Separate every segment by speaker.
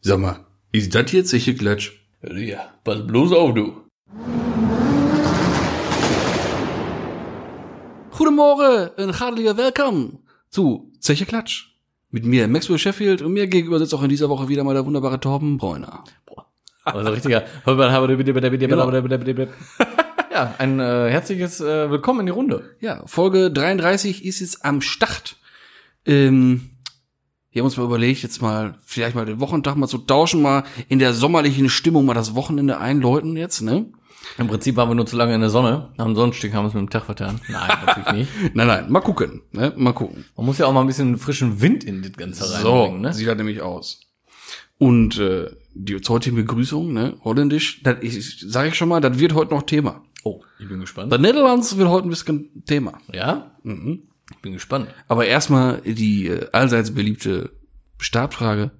Speaker 1: Sag mal, ist das jetzt sicher Klatsch?
Speaker 2: Ja, pass bloß auf, du.
Speaker 1: Guten Morgen und herzlich willkommen zu Zeche Klatsch. Mit mir Maxwell Sheffield und mir gegenüber sitzt auch in dieser Woche wieder mal der wunderbare Torben Bräuner.
Speaker 2: Also richtiger. Ja, ein äh, herzliches äh, Willkommen in die Runde.
Speaker 1: Ja, Folge 33 ist jetzt am Start. Ähm, wir haben uns mal überlegt, jetzt mal vielleicht mal den Wochentag mal zu tauschen, mal in der sommerlichen Stimmung mal das Wochenende einläuten jetzt, ne?
Speaker 2: Im Prinzip waren wir nur zu lange in der Sonne. Am Sonnenstück haben wir es mit dem Tag vertan. Nein, natürlich nicht.
Speaker 1: Nein, nein, mal gucken, ne? Mal gucken.
Speaker 2: Man muss ja auch mal ein bisschen frischen Wind in das Ganze
Speaker 1: So,
Speaker 2: reinbringen, ne?
Speaker 1: sieht das nämlich aus. Und äh, die zur heutigen Begrüßung, ne, holländisch, das sage ich schon mal, das wird heute noch Thema.
Speaker 2: Oh, ich bin gespannt.
Speaker 1: Der Netherlands wird heute ein bisschen Thema.
Speaker 2: Ja? Ich bin gespannt.
Speaker 1: Aber erstmal die äh, allseits beliebte Stabfrage,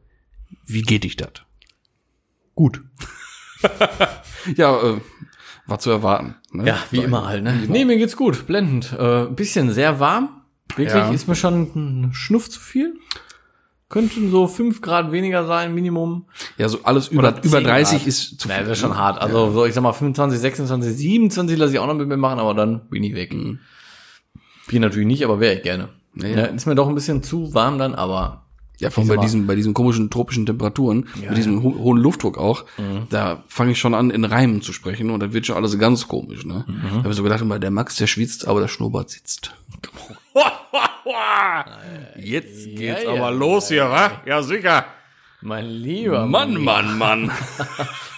Speaker 1: wie geht dich das?
Speaker 2: Gut.
Speaker 1: Ja, äh, war zu erwarten. Ne?
Speaker 2: Ja, wie immer halt, ne? Nee, mir geht's gut. Blendend. Äh, bisschen sehr warm. Wirklich
Speaker 1: Ja.
Speaker 2: ist mir schon ein Schnuff zu viel. Könnten so fünf Grad weniger sein, Minimum.
Speaker 1: Ja, so alles über, über
Speaker 2: 10
Speaker 1: 30
Speaker 2: Grad.
Speaker 1: ist zu ne?
Speaker 2: Naja, das ist schon hart. Also so, ich sag mal 25, 26, 27 lasse ich auch noch mit mir machen, aber dann bin ich weg.
Speaker 1: Mhm.
Speaker 2: Viel natürlich nicht, aber wäre ich gerne.
Speaker 1: Nee.
Speaker 2: Ja, ist mir doch ein bisschen zu warm dann, aber
Speaker 1: Ja, vor allem bei
Speaker 2: Diesmal.
Speaker 1: diesen, bei diesen komischen tropischen Temperaturen, mit diesem ho hohen Luftdruck auch, da fange ich schon an, in Reimen zu sprechen und da wird schon alles ganz komisch, ne? Da habe ich so gedacht, immer, der Max, der schwitzt, aber der Schnurrbart sitzt. Jetzt
Speaker 2: geht's aber
Speaker 1: los hier, wa? Ja, sicher.
Speaker 2: mein lieber
Speaker 1: Mann, Mann, Mann.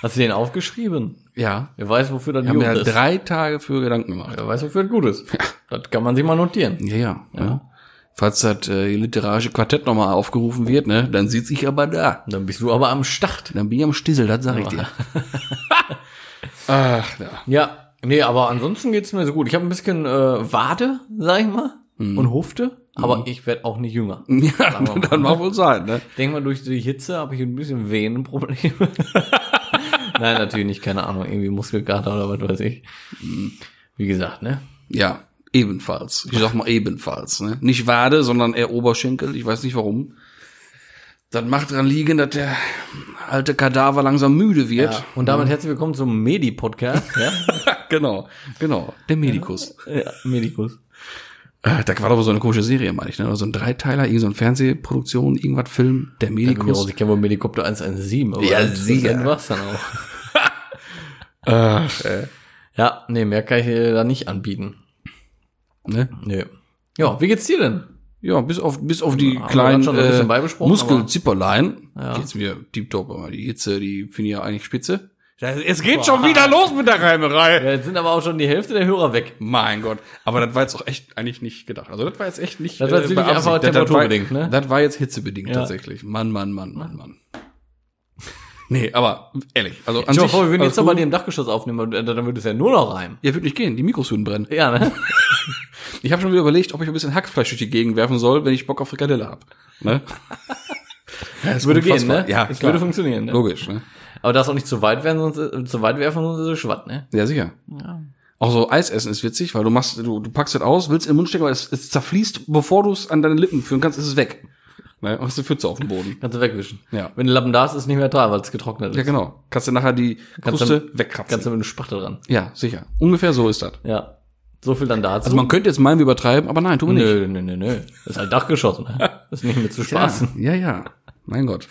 Speaker 2: Hast du den aufgeschrieben?
Speaker 1: Ja.
Speaker 2: Wer weiß, wofür das
Speaker 1: Wir haben
Speaker 2: gut
Speaker 1: ja
Speaker 2: ist.
Speaker 1: drei Tage für Gedanken gemacht.
Speaker 2: Wer weiß, wofür das gut ist. Das kann man sich mal notieren.
Speaker 1: Ja, ja. ja. Falls das äh, literarische Quartett nochmal aufgerufen wird, ne, dann sitze ich aber da.
Speaker 2: Dann bist du aber am Start.
Speaker 1: Dann bin ich am Stissel, das sag ich dir. Ach, ja.
Speaker 2: Ja, nee, aber ansonsten geht's mir so gut. Ich habe ein bisschen äh, Wade, sag ich mal,
Speaker 1: Mhm.
Speaker 2: und Hufte, aber ich werd auch nicht jünger.
Speaker 1: Ja, dann mag wohl sein, ne?
Speaker 2: Denk mal, durch die Hitze habe ich ein bisschen Venenprobleme. Nein, natürlich nicht, keine Ahnung, irgendwie Muskelkater oder was weiß ich. Wie gesagt, ne?
Speaker 1: Ja, ebenfalls. Ich sag mal ebenfalls, ne? Nicht Wade, sondern eher Oberschenkel, ich weiß nicht warum. Dann macht dran liegen, dass der alte Kadaver langsam müde wird.
Speaker 2: Ja. Und damit herzlich willkommen zum Medi-Podcast. Ja?
Speaker 1: genau, genau. Der Medikus.
Speaker 2: ja, Medikus.
Speaker 1: Äh, Da war doch so eine komische Serie, meine ich, ne? Oder so ein Dreiteiler, irgend so eine Fernsehproduktion, irgendwas Film, der Medikus.
Speaker 2: Ich kenne wohl Medikopter 117, aber
Speaker 1: Ja,
Speaker 2: das- das
Speaker 1: sicher.
Speaker 2: Ende war's dann auch. Ja, nee, mehr kann ich dir da nicht anbieten.
Speaker 1: ne?
Speaker 2: Nee. Ja, wie geht's dir denn?
Speaker 1: Ja, bis auf, bis auf die
Speaker 2: wir
Speaker 1: kleinen
Speaker 2: gerade schon so ein bisschen
Speaker 1: äh,
Speaker 2: beibesprochen,
Speaker 1: Muskelzipperlein
Speaker 2: Ja.
Speaker 1: geht's mir tiptop. Aber die Hitze, die finde ich ja eigentlich spitze. Es geht schon wieder los mit der Reimerei.
Speaker 2: Ja, jetzt sind aber auch schon die Hälfte der Hörer weg.
Speaker 1: Mein Gott. Aber das war jetzt auch echt eigentlich nicht gedacht. Also das war jetzt echt nicht.
Speaker 2: Das war jetzt wirklich
Speaker 1: beabsichtigt.
Speaker 2: einfach
Speaker 1: Das- das war-
Speaker 2: temperaturbedingt, ne?
Speaker 1: Das war jetzt hitzebedingt
Speaker 2: Ja.
Speaker 1: tatsächlich. Mann, Mann, Mann, Mann, Mann. Nee, aber ehrlich, also an
Speaker 2: Stell dir
Speaker 1: sich.
Speaker 2: vor, wir würden
Speaker 1: alles
Speaker 2: jetzt aber
Speaker 1: gut.
Speaker 2: die im Dachgeschoss aufnehmen, und, äh, dann würde es ja nur noch reimen.
Speaker 1: ja, würde nicht gehen, die Mikros würden brennen.
Speaker 2: Ja, ne?
Speaker 1: Ich habe schon wieder überlegt, ob ich ein bisschen Hackfleisch durch die Gegend werfen soll, wenn ich Bock auf Frikadelle habe. Ne? ja, es
Speaker 2: Würde gehen, ne?
Speaker 1: Ja,
Speaker 2: es
Speaker 1: klar.
Speaker 2: würde funktionieren, ne?
Speaker 1: Logisch, ne?
Speaker 2: Aber darfst auch nicht zu weit werden, sonst äh, zu weit werfen, sonst ist es schwatt, ne?
Speaker 1: Ja, sicher. Auch so Eis essen ist witzig, weil du machst, du, du packst es aus, willst in den Mund stecken, aber es, es zerfließt, bevor du es an deine Lippen führen kannst, ist es weg. Ne? Hast du Pfütze auf dem Boden.
Speaker 2: Kannst du wegwischen.
Speaker 1: Ja.
Speaker 2: Wenn du Lappen da hast, ist nicht mehr da, weil es getrocknet ist.
Speaker 1: Ja, genau. Kannst du nachher die
Speaker 2: Kannst
Speaker 1: Kruste
Speaker 2: du-
Speaker 1: wegkratzen.
Speaker 2: Kannst du mit einem Spachtel dran.
Speaker 1: ja, sicher. Ungefähr so ist das.
Speaker 2: Ja. So viel dann dazu.
Speaker 1: Also man könnte jetzt meinen, wir übertreiben, aber nein, tun wir nicht.
Speaker 2: nö, nö, nö, nö. Das ist halt Dachgeschoss, ne? Das ist nicht mehr zu spaßen.
Speaker 1: Ja, ja. Mein Gott.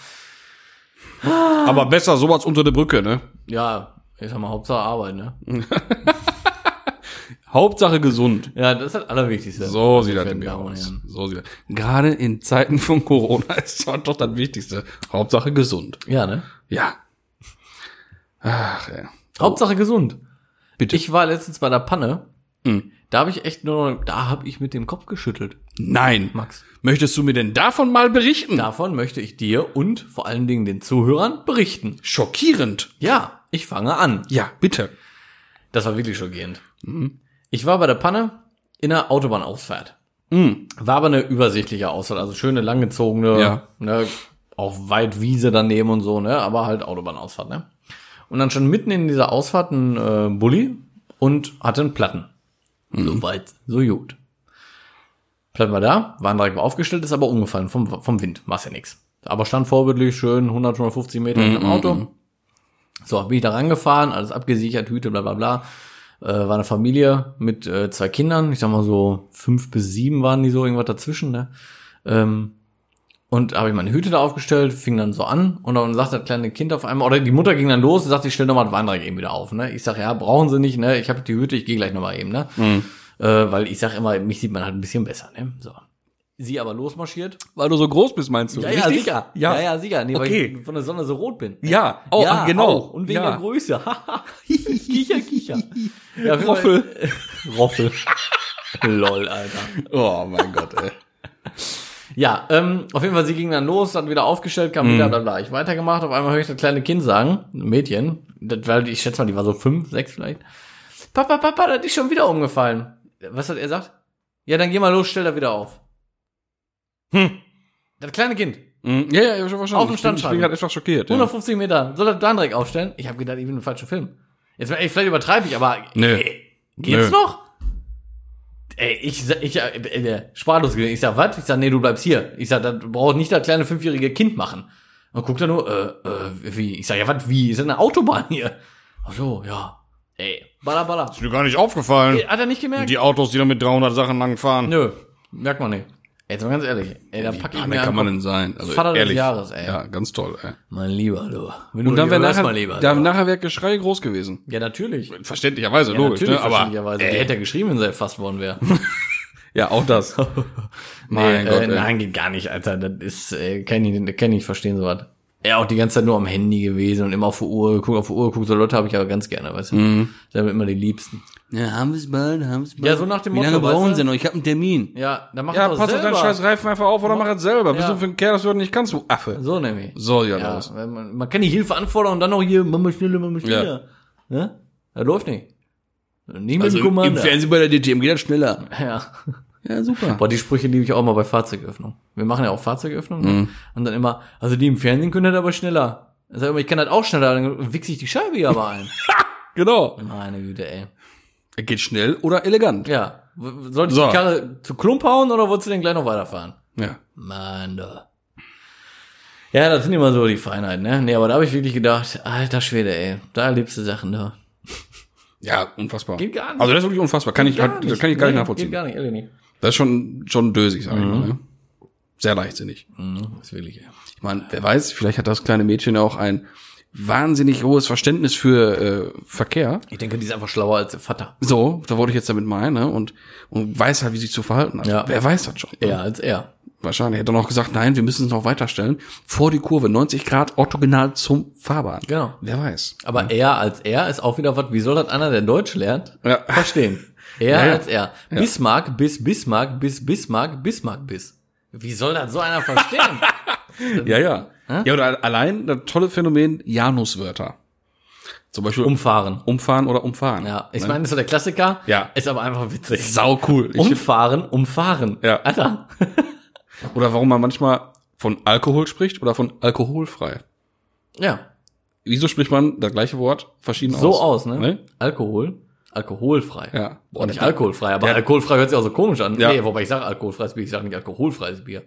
Speaker 1: aber besser sowas unter der Brücke, ne?
Speaker 2: Ja. Ich sag mal, Hauptsache Arbeit, ne?
Speaker 1: Hauptsache gesund.
Speaker 2: Ja, das ist das Allerwichtigste.
Speaker 1: So sieht das
Speaker 2: werden
Speaker 1: nämlich
Speaker 2: Damen und
Speaker 1: aus.
Speaker 2: Herren.
Speaker 1: So sieht das. Gerade in Zeiten von Corona ist das doch das Wichtigste. Hauptsache gesund.
Speaker 2: Ja, ne?
Speaker 1: Ja. Ach, ja.
Speaker 2: Hauptsache gesund.
Speaker 1: Bitte. Hm.
Speaker 2: Ich war letztens bei der Panne. Da habe ich echt nur, da habe ich mit dem Kopf geschüttelt,
Speaker 1: Nein.
Speaker 2: Max.
Speaker 1: Möchtest du mir denn davon mal berichten?
Speaker 2: Davon möchte ich dir und vor allen Dingen den Zuhörern berichten.
Speaker 1: Schockierend.
Speaker 2: Ja, ich fange an.
Speaker 1: Ja, bitte.
Speaker 2: Das war wirklich schockierend. Ich war bei der Panne in einer Autobahnausfahrt. War aber eine übersichtliche Ausfahrt, also schöne, langgezogene,
Speaker 1: Ja.
Speaker 2: ne, auch weit Wiese daneben und so, ne, aber halt Autobahnausfahrt, ne. Und dann schon mitten in dieser Ausfahrt ein äh, Bulli und hatte einen Platten. So weit, so gut. Platten war da, waren direkt mal aufgestellt, ist aber umgefallen vom, vom Wind, machst ja nix. Aber stand vorbildlich schön 100, 150 Meter hinter dem Auto. So, bin ich da rangefahren, alles abgesichert, Hüte, bla bla bla. Äh, war eine Familie mit äh, zwei Kindern, ich sag mal so fünf bis sieben waren die so, irgendwas dazwischen, ne? Ähm, und habe ich meine Hüte da aufgestellt, fing dann so an und dann sagt das kleine Kind auf einmal, oder die Mutter ging dann los und sagt, ich stell nochmal das Weinreich eben wieder auf, ne? Ich sag, ja, brauchen sie nicht, ne? Ich habe die Hüte, ich gehe gleich nochmal eben, ne? Äh, weil ich sag immer, mich sieht man halt ein bisschen besser, ne? So. Sie aber losmarschiert.
Speaker 1: Weil du so groß bist, meinst du? richtig?
Speaker 2: Ja,
Speaker 1: Ja,
Speaker 2: ja, ja sicher. Nee,
Speaker 1: Okay.
Speaker 2: weil ich von der Sonne so rot bin.
Speaker 1: Ja, oh, ah, genau.
Speaker 2: auch. Und wegen
Speaker 1: ja.
Speaker 2: der Größe. kicher, kicher. Ja, auf jeden
Speaker 1: Roffel.
Speaker 2: Fall- Roffel. Lol, Alter.
Speaker 1: Oh mein Gott, ey.
Speaker 2: Ja, ähm, auf jeden Fall, sie ging dann los, hat wieder aufgestellt, kam
Speaker 1: Mhm.
Speaker 2: wieder, bla, bla. Ich weitergemacht, auf einmal höre ich das kleine Kind sagen, ein Mädchen, das, weil ich schätze mal, die war so fünf, sechs vielleicht. Papa, Papa, das ist schon wieder umgefallen. Was hat er gesagt? Ja, dann geh mal los, stell da wieder auf.
Speaker 1: Hm.
Speaker 2: Das kleine Kind.
Speaker 1: Mhm. Ja, ja, ich hab schon verstanden.
Speaker 2: Auf dem
Speaker 1: Ich bin- Ich
Speaker 2: Standschreiben.
Speaker 1: bin gerade etwas schockiert. Ja.
Speaker 2: 150 Meter, soll das Dandreck aufstellen? Ich habe gedacht, ich bin im falschen Film. Jetzt, ey, vielleicht übertreibe ich, aber
Speaker 1: Nö.
Speaker 2: ey, geht's
Speaker 1: Nö.
Speaker 2: noch? Ey, ich, sa- ich, äh, äh, sprachlos gewesen. Ich sag, was? Ich sag, nee, du bleibst hier. Ich sag, das braucht nicht das kleine fünfjährige Kind machen. Und guckt er nur, äh, äh, wie? Ich sag, ja, was, wie? Ist das eine Autobahn hier? Ach so, ja. Ey, baller, baller.
Speaker 1: Ist mir gar nicht aufgefallen.
Speaker 2: Ey, Hat er nicht gemerkt?
Speaker 1: Die Autos, die da mit 300 Sachen lang fahren.
Speaker 2: Nö, merkt man nicht. Ey, jetzt mal ganz ehrlich. Ey, da
Speaker 1: Wie
Speaker 2: pack ich
Speaker 1: Panik
Speaker 2: mir
Speaker 1: kann
Speaker 2: einen
Speaker 1: man
Speaker 2: Kopf.
Speaker 1: denn sein? Also
Speaker 2: Vater des
Speaker 1: ehrlich.
Speaker 2: Jahres, ey.
Speaker 1: Ja, ganz toll, ey.
Speaker 2: Mein Lieber, du. Wenn
Speaker 1: Und dann wäre
Speaker 2: die hörst,
Speaker 1: nachher,
Speaker 2: mein Lieber,
Speaker 1: dann
Speaker 2: du.
Speaker 1: nachher wär Geschrei groß gewesen.
Speaker 2: Ja, natürlich.
Speaker 1: Verständlicherweise,
Speaker 2: Ja,
Speaker 1: logisch,
Speaker 2: natürlich,
Speaker 1: ne? Aber,
Speaker 2: verständlicherweise. Der äh, hätte ja geschrieben, wenn sie erfasst worden wäre.
Speaker 1: ja, auch das. mein
Speaker 2: Nee,
Speaker 1: Gott,
Speaker 2: äh,
Speaker 1: ey.
Speaker 2: nein, geht gar nicht, Alter. Das ist, äh, kann ich, nicht- kann ich nicht verstehen, sowas. Er auch die ganze Zeit nur am Handy gewesen und immer auf die Uhr geguckt, auf die Uhr geguckt. So Leute habe ich aber ganz gerne, weißt du.
Speaker 1: Mhm.
Speaker 2: Sind immer die Liebsten.
Speaker 1: Ja, haben wir es bald, haben wir es bald.
Speaker 2: Ja, so nach dem
Speaker 1: Wie
Speaker 2: Motto,
Speaker 1: lange
Speaker 2: weißt
Speaker 1: brauchen
Speaker 2: du?
Speaker 1: sie noch? Ich habe einen Termin.
Speaker 2: Ja, dann mach
Speaker 1: Ja,
Speaker 2: doch
Speaker 1: pass auf
Speaker 2: selber.
Speaker 1: deinen scheiß Reifen einfach auf oder mach es selber. Bist
Speaker 2: Ja.
Speaker 1: du für ein Kerl, das du nicht kannst, du Affe.
Speaker 2: So nämlich.
Speaker 1: So, ja,
Speaker 2: ja,
Speaker 1: los.
Speaker 2: weil man, man kann die Hilfe anfordern und dann noch hier, Mama schneller, Mama schneller. Ne? Das läuft nicht. Nicht mit
Speaker 1: Also im,
Speaker 2: dem
Speaker 1: im
Speaker 2: Kommando.
Speaker 1: Fernsehen bei der DTM geht das schneller.
Speaker 2: Ja.
Speaker 1: Ja, super.
Speaker 2: Boah, die Sprüche liebe ich auch mal bei Fahrzeugöffnung. Wir machen ja auch Fahrzeugöffnung.
Speaker 1: Mhm.
Speaker 2: ne? Und dann immer, also die im Fernsehen können das aber schneller. Dann sag ich immer, ich kann das auch schneller, dann wichse ich die Scheibe hier aber ein.
Speaker 1: Genau.
Speaker 2: Meine Güte, ey.
Speaker 1: Er geht schnell oder elegant.
Speaker 2: Ja. W- Sollte ich
Speaker 1: So.
Speaker 2: die Karre zu Klump hauen oder wolltest du denn gleich noch weiterfahren?
Speaker 1: Ja.
Speaker 2: Mann, da. Ja, das sind immer so die Feinheiten, ne? Nee, aber da habe ich wirklich gedacht, alter Schwede, ey, da erlebst du Sachen, da.
Speaker 1: Ja, unfassbar.
Speaker 2: Geht gar nicht.
Speaker 1: Also das ist wirklich unfassbar. Kann ich,
Speaker 2: Gar
Speaker 1: halt, das kann ich gar nicht
Speaker 2: Nee,
Speaker 1: nachvollziehen.
Speaker 2: Geht gar Mhm. nicht, ehrlich nicht.
Speaker 1: Das ist schon, schon dösig, sag ich mal. Ne? Sehr leichtsinnig.
Speaker 2: Mhm, ist wirklich, ey.
Speaker 1: Ich meine, wer weiß, vielleicht hat das kleine Mädchen ja auch ein wahnsinnig hohes Verständnis für äh, Verkehr.
Speaker 2: Ich denke, die ist einfach schlauer als der Vater.
Speaker 1: So, da wollte ich jetzt damit meinen, ne? Und, und weiß halt, wie sich zu verhalten hat.
Speaker 2: Ja.
Speaker 1: Wer weiß das schon? ne?
Speaker 2: Ja, als er.
Speaker 1: Wahrscheinlich hätte er noch gesagt, nein, wir müssen es noch weiterstellen. Vor die Kurve, 90 Grad, orthogonal zum Fahrbahn.
Speaker 2: Genau.
Speaker 1: Wer weiß.
Speaker 2: Aber er als er ist auch wieder was, wie soll das einer, der Deutsch lernt,
Speaker 1: Ja.
Speaker 2: verstehen? Er
Speaker 1: Ja, ja.
Speaker 2: als er. Bismarck bis Bismarck bis Bismarck Bismarck bis. Wie soll das so einer verstehen? Also,
Speaker 1: Ja, ja. Ja, oder allein das tolle Phänomen Januswörter. Zum Beispiel
Speaker 2: Umfahren.
Speaker 1: umfahren oder umfahren.
Speaker 2: Um- Ja, ich
Speaker 1: Ne?
Speaker 2: meine, das ist so der Klassiker.
Speaker 1: Ja.
Speaker 2: Ist aber einfach witzig.
Speaker 1: Sau cool.
Speaker 2: Um-
Speaker 1: Ich,
Speaker 2: Umfahren, umfahren.
Speaker 1: Ja.
Speaker 2: Alter.
Speaker 1: Oder warum man manchmal von Alkohol spricht oder von alkoholfrei.
Speaker 2: Ja.
Speaker 1: Wieso spricht man das gleiche Wort verschieden
Speaker 2: So
Speaker 1: aus?
Speaker 2: aus, ne? Alkohol. Alkoholfrei.
Speaker 1: Ja.
Speaker 2: Boah, nicht alkoholfrei, aber
Speaker 1: Ja.
Speaker 2: alkoholfrei hört sich auch so komisch an.
Speaker 1: Ja.
Speaker 2: Nee, wobei ich sage alkoholfreies Bier, ich sage nicht alkoholfreies Bier.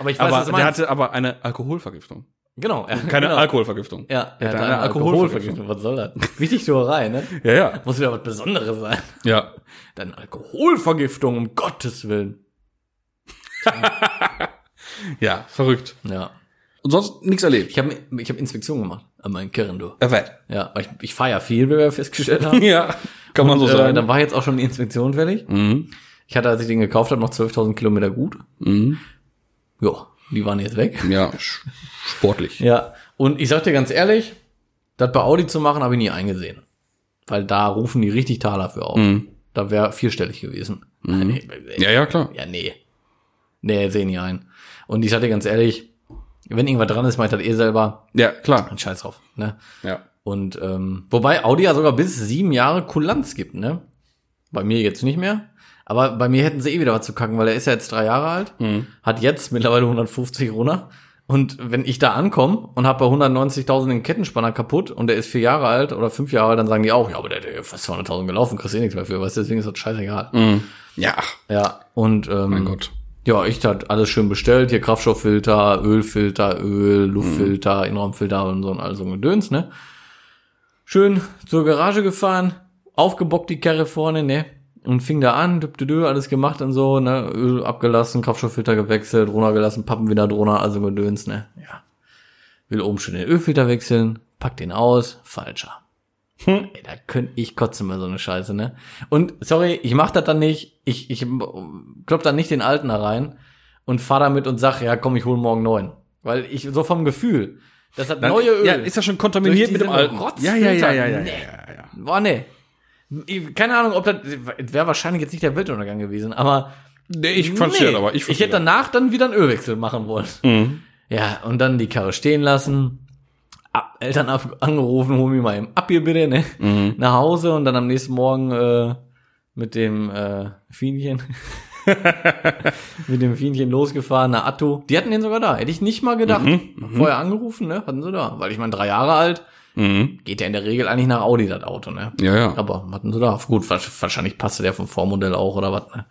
Speaker 2: Aber ich weiß,
Speaker 1: Aber
Speaker 2: was du
Speaker 1: der
Speaker 2: meinst.
Speaker 1: hatte aber eine Alkoholvergiftung.
Speaker 2: genau. ja,
Speaker 1: Keine
Speaker 2: genau.
Speaker 1: Alkoholvergiftung.
Speaker 2: Ja,
Speaker 1: Der
Speaker 2: er
Speaker 1: hatte
Speaker 2: hat
Speaker 1: eine
Speaker 2: eine
Speaker 1: Alkoholvergiftung.
Speaker 2: Alkoholvergiftung. Was soll das? Wichtig Tuerei, ne?
Speaker 1: Ja, ja.
Speaker 2: Muss wieder was Besonderes sein.
Speaker 1: Ja.
Speaker 2: Dann Alkoholvergiftung, um Gottes Willen.
Speaker 1: Ja, verrückt.
Speaker 2: Ja.
Speaker 1: Und sonst nichts erlebt.
Speaker 2: Ich habe ich hab Inspektion gemacht an meinen Kirren, du.
Speaker 1: Erwähnt.
Speaker 2: Ja, weil ich, ich fahre ja viel, wie wir festgestellt haben.
Speaker 1: Ja, kann man so
Speaker 2: Äh, dann
Speaker 1: sagen.
Speaker 2: war jetzt auch schon die Inspektion fällig.
Speaker 1: Mhm.
Speaker 2: Ich hatte, als ich den gekauft habe, noch 12.000 Kilometer gut.
Speaker 1: Mhm.
Speaker 2: Jo, die waren jetzt weg.
Speaker 1: Ja, sch- sportlich.
Speaker 2: Ja, und ich sag dir ganz ehrlich, das bei Audi zu machen, habe ich nie eingesehen. Weil da rufen die richtig Taler für auf. Da wäre vierstellig gewesen. Ah, Nee,
Speaker 1: Ja, ja, klar.
Speaker 2: Ja, nee. Nee, seh nicht ein. Und ich sagte ganz ehrlich, wenn irgendwas dran ist, meint das eh selber,
Speaker 1: Ja, klar.
Speaker 2: dann scheiß drauf. Ne?
Speaker 1: Ja.
Speaker 2: Und ähm, wobei Audi ja sogar bis sieben Jahre Kulanz gibt, ne? Bei mir jetzt nicht mehr. Aber bei mir hätten sie eh wieder was zu kacken, weil er ist ja jetzt drei Jahre alt, hat jetzt mittlerweile 150 runter. Und wenn ich da ankomme und habe bei 190.000 den Kettenspanner kaputt und der ist vier Jahre alt oder fünf Jahre alt, dann sagen die auch, ja, aber der hat ja fast
Speaker 1: Mhm.
Speaker 2: 200.000 gelaufen, kriegst eh nichts mehr für, weißt du, deswegen ist das scheißegal.
Speaker 1: Ja, ach,
Speaker 2: Ja, und ähm,
Speaker 1: mein Gott.
Speaker 2: Ja, ich hat alles schön bestellt. Hier Kraftstofffilter, Ölfilter, Öl,
Speaker 1: Mhm.
Speaker 2: Luftfilter, Innenraumfilter und so und all so ein Gedöns, ne? Schön zur Garage gefahren, aufgebockt die Karre vorne, ne? Und fing da an, düb, düb, düb, alles gemacht und so, ne? Öl abgelassen, Kraftstofffilter gewechselt, drunter gelassen, Pappen wieder drunter, also Gedöns, ne? Ja. Will oben schon den Ölfilter wechseln, packt den aus, falscher. Ey, da könnte ich kotzen bei so eine Scheiße, ne? Und sorry, ich mach das dann nicht. Ich, ich klopp dann nicht den Alten da rein und fahr damit und sag, ja komm, ich hol morgen neuen. Weil ich so vom Gefühl, das hat neue Öl.
Speaker 3: Ja, ist ja schon kontaminiert
Speaker 2: Durch
Speaker 3: mit dem
Speaker 2: diesen
Speaker 3: alten.
Speaker 2: Rotzfilter.
Speaker 1: Ja, ja, ja, ja, ja,
Speaker 2: Nee.
Speaker 1: ja, ja.
Speaker 2: Boah, nee. Ich- Keine Ahnung, ob das wäre wahrscheinlich jetzt nicht der Weltuntergang gewesen, aber
Speaker 3: Nee, ich verstehe das aber. Ich,
Speaker 2: ich hätte
Speaker 3: verstehe
Speaker 2: danach dann wieder einen Ölwechsel machen wollen.
Speaker 3: das. Mhm.
Speaker 2: Ja, und dann die Karre stehen lassen. Ab, Eltern ab, angerufen, hol mir mal eben ab hier bitte, ne?
Speaker 3: Mhm.
Speaker 2: Nach Hause und dann am nächsten Morgen äh, mit dem äh, Fienchen. mit dem Fienchen losgefahren nach Atto. Die hatten den sogar da. Hätte ich nicht mal gedacht.
Speaker 1: Mhm,
Speaker 2: Vorher angerufen, ne? Hatten sie da. Weil ich meine, drei Jahre alt
Speaker 3: Mhm.
Speaker 2: geht ja in der Regel eigentlich nach Audi, das Auto, ne?
Speaker 1: Ja, ja.
Speaker 2: Aber hatten sie da. Gut, wahrsch- wahrscheinlich passte der vom Vormodell auch oder was, ne?